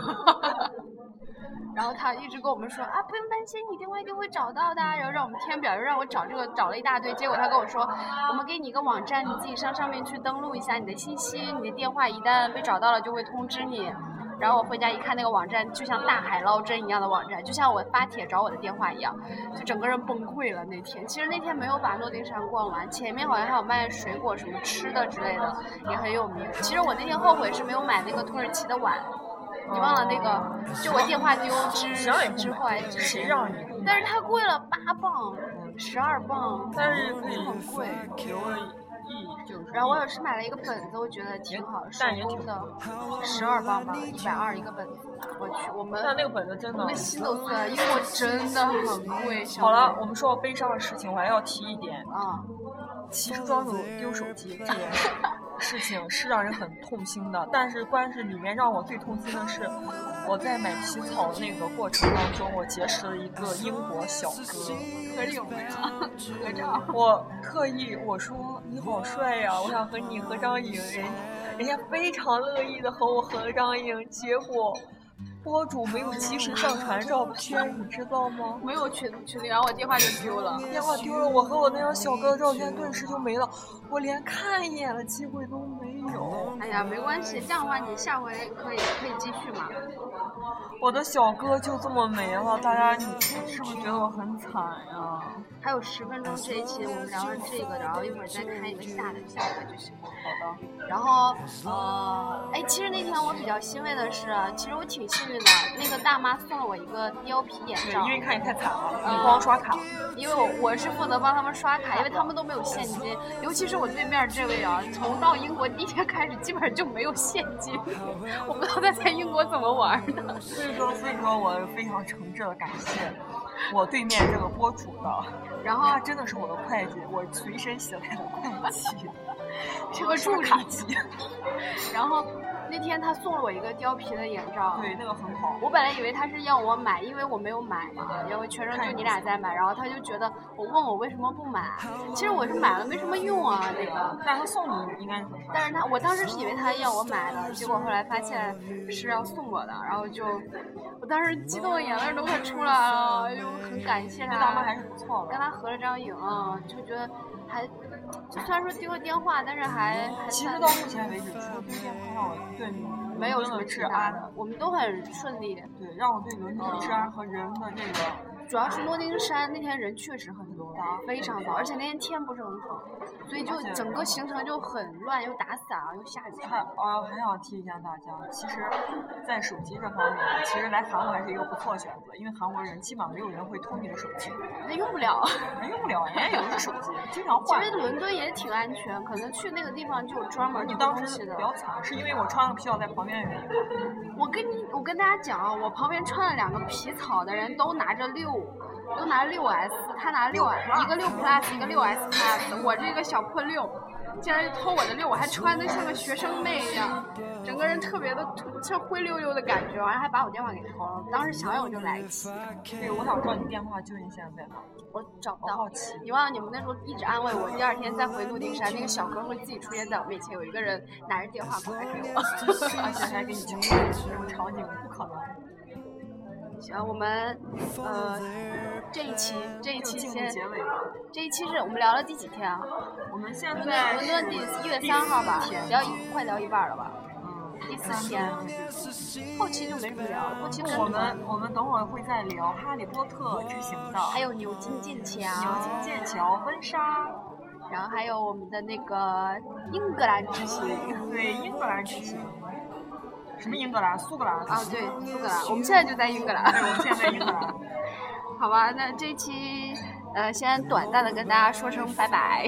Speaker 2: 然后他一直跟我们说啊，不用担心，你定位一定会找到的啊。然后让我们填表，又让我找这个，找了一大堆。结果他跟我说，我们给你一个网站，你自己上上面去登录一下你的信息，你的电话一旦被找到了就会通知你。然后我回家一看，那个网站就像大海捞针一样的网站，就像我发帖找我的电话一样，就整个人崩溃了。那天其实那天没有把诺丁山逛完，前面好像还有卖水果什么吃的之类的，也很有名。其实我那天后悔是没有买那个土耳其的碗，你忘了那个？就我电话丢之
Speaker 3: 谁让你不
Speaker 2: 之后
Speaker 3: 买
Speaker 2: 还？之
Speaker 3: 谁
Speaker 2: 前，
Speaker 3: 让你不买？
Speaker 2: 但是它贵了八磅，十二磅，
Speaker 3: 但是可以
Speaker 2: 很贵。
Speaker 3: 留了一，就是
Speaker 2: 然后我有时买了一个本子，我觉得挺好，手
Speaker 3: 但也
Speaker 2: 工
Speaker 3: 挺
Speaker 2: 的，十二磅吧，一百二一个本子。我去，我们
Speaker 3: 但那个本子真
Speaker 2: 我
Speaker 3: 的
Speaker 2: 们。心都碎了，因为我真的很贵。小
Speaker 3: 好了，
Speaker 2: 妹
Speaker 3: 我们说到悲伤的事情，我还要提一点，
Speaker 2: 啊，
Speaker 3: 骑士庄主丢手机
Speaker 1: *laughs*
Speaker 3: *laughs* 这件事情是让人很痛心的。但是，关是里面让我最痛心的是，我在买皮草的那个过程当中，我结识了一个英国小哥。
Speaker 2: 合理有没
Speaker 3: *laughs*
Speaker 2: 有？合照。
Speaker 3: 我特意我说你好帅呀、我想和你合张影，哎人人家非常乐意的和我合张影，结果博主没有及时上传照片，你知道吗？
Speaker 2: 没有群群里，然后我电话就丢了。
Speaker 3: 电话丢了，我和我那张小哥的照片顿时就没了，我连看一眼的机会都没有。
Speaker 2: 哎呀，没关系，这样的话你下回可以可以继续嘛。
Speaker 3: 我的小哥就这么没了，大家你是不是觉得我很惨呀、
Speaker 2: 还有十分钟这一期，我们聊完这个，然后一会儿再看一个下的下一个就行。
Speaker 3: 好的，
Speaker 2: 然后呃，哎，其实那天我比较欣慰的是，啊其实我挺幸运的，那个大妈送了我一个貂皮眼
Speaker 3: 对，
Speaker 2: 罩
Speaker 3: 因，为看你太惨了，
Speaker 2: 嗯
Speaker 3: 你光刷卡。
Speaker 2: 因为我我是负责帮
Speaker 3: *laughs*
Speaker 2: 他们刷卡，因为他们都没有现金，尤其是我对面这位啊，从到英国第一天开始，基本上就没有现金，我不知道他在英国怎么玩的。
Speaker 3: *laughs* 所以说，所以说我非常诚挚的感谢我对面这个播主的，啊
Speaker 2: 然后
Speaker 3: 他真的是我的会计，我随身携带的会计，
Speaker 2: 这个助理
Speaker 3: 卡机，
Speaker 2: 然后那天他送了我一个貂皮的眼罩，
Speaker 3: 对，那个很好。
Speaker 2: 我本来以为他是要我买，因为我没有买嘛，因为全程就你俩在买，然后他就觉得我问我为什么不买，啊其实我是买了没什么用啊那个。
Speaker 3: 但是他送你应该是很
Speaker 2: 但是他，我当时是以为他要我买的，结果后来发现是要送我的，然后就，我当时激动的眼泪都快出来了，就很感谢
Speaker 3: 那
Speaker 2: 他。
Speaker 3: 大妈还是不错
Speaker 2: 跟
Speaker 3: 的。
Speaker 2: 他合了张影，就觉得还，就虽然说丢了电话，但是还还
Speaker 3: 其实
Speaker 2: 算
Speaker 3: 到目前为止，除了对电话让我对
Speaker 2: 没有
Speaker 3: 伦
Speaker 2: 什么
Speaker 3: 敦的
Speaker 2: 质
Speaker 3: 治
Speaker 2: 大
Speaker 3: 安
Speaker 2: 的，，我们都很顺利。
Speaker 3: 对，让我对伦敦的治安和人的这个，
Speaker 2: 主要是诺丁山那天人确实很多，非常早，而且那天天不是很好，所以就整个行程就很乱，又打伞啊，又下雨。
Speaker 3: 还啊还想提一下大家，其实，在手机这方面，其实来韩国还是一个不错的选择，因为韩国人基本上没有人会偷你的手机。
Speaker 2: 那用不了。
Speaker 3: 没用不了，人家有的是手机，经常
Speaker 2: 其
Speaker 3: 换
Speaker 2: 实。伦敦也挺安全，可能去那个地方就有专门
Speaker 3: 你
Speaker 2: 偷
Speaker 3: 当
Speaker 2: 东
Speaker 3: 时
Speaker 2: 西的
Speaker 3: 比。较惨，是因为我穿了个皮草在旁边的原因。
Speaker 2: 我跟你，我跟大家讲啊，我旁边穿了两个皮草的人都拿着六，都拿着六 S，他拿六 S，一个六 Plus，一个六 S Plus，我这个小破六，竟然就偷我的六，我还穿的像个学生妹一样，整个人特别的土像灰溜溜的感觉，完了还把我电话给偷了，当时想想我就来气，
Speaker 3: 对，我想知道你电话究竟现在在哪儿。
Speaker 2: 我找不
Speaker 3: 我好
Speaker 2: 到。
Speaker 3: 奇。
Speaker 2: 你忘了你们那时候一直安慰我，第二天再回诺丁山，那个小哥会自己出现在我面前，有一个人拿着电话过来给我。 *laughs*
Speaker 3: 而且还给你讲这种场景不可能。
Speaker 2: 行，我们呃这一期这一
Speaker 3: 嗯就
Speaker 2: 期
Speaker 3: 进入
Speaker 2: 先
Speaker 3: 结尾吧。
Speaker 2: 这一期是我们聊了第几天啊？
Speaker 3: 我们现
Speaker 2: 伦
Speaker 3: 在
Speaker 2: 敦伦敦第
Speaker 3: 是
Speaker 2: 一月三号吧
Speaker 3: 第四，天
Speaker 2: 聊一快聊一半了吧？
Speaker 3: 嗯
Speaker 2: 第四天，后期就没什么聊，后期跟
Speaker 3: 嗯我们我们等会儿会再聊《哈利波特》之行的，
Speaker 2: 还有牛津剑桥，
Speaker 3: 牛津、
Speaker 1: 哦
Speaker 3: 剑桥、婚纱，
Speaker 2: 然后还有我们的那个英格兰之行。
Speaker 3: 对英格兰之行，什么英格兰、苏格兰
Speaker 2: 啊，对，英格兰，我们现在就在英格兰。
Speaker 3: 对，我们现在在英格兰。
Speaker 2: 好吧，那这一期呃，先短暂的跟大家说声拜拜。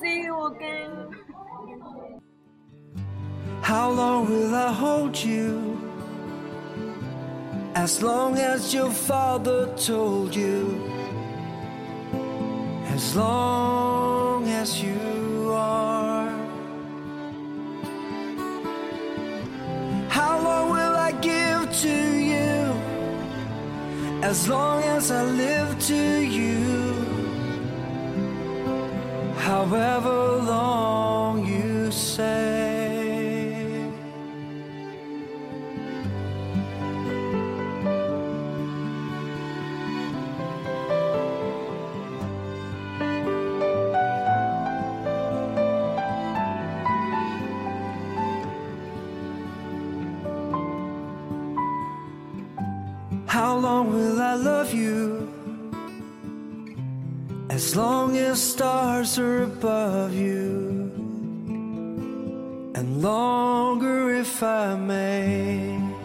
Speaker 3: See you again.
Speaker 1: How long will I hold you? As long as your father told you. As long as you are. How long will I give to you? as long as I live to you. However long you say, how long will I love you? As long as stars are above you, and longer if I may.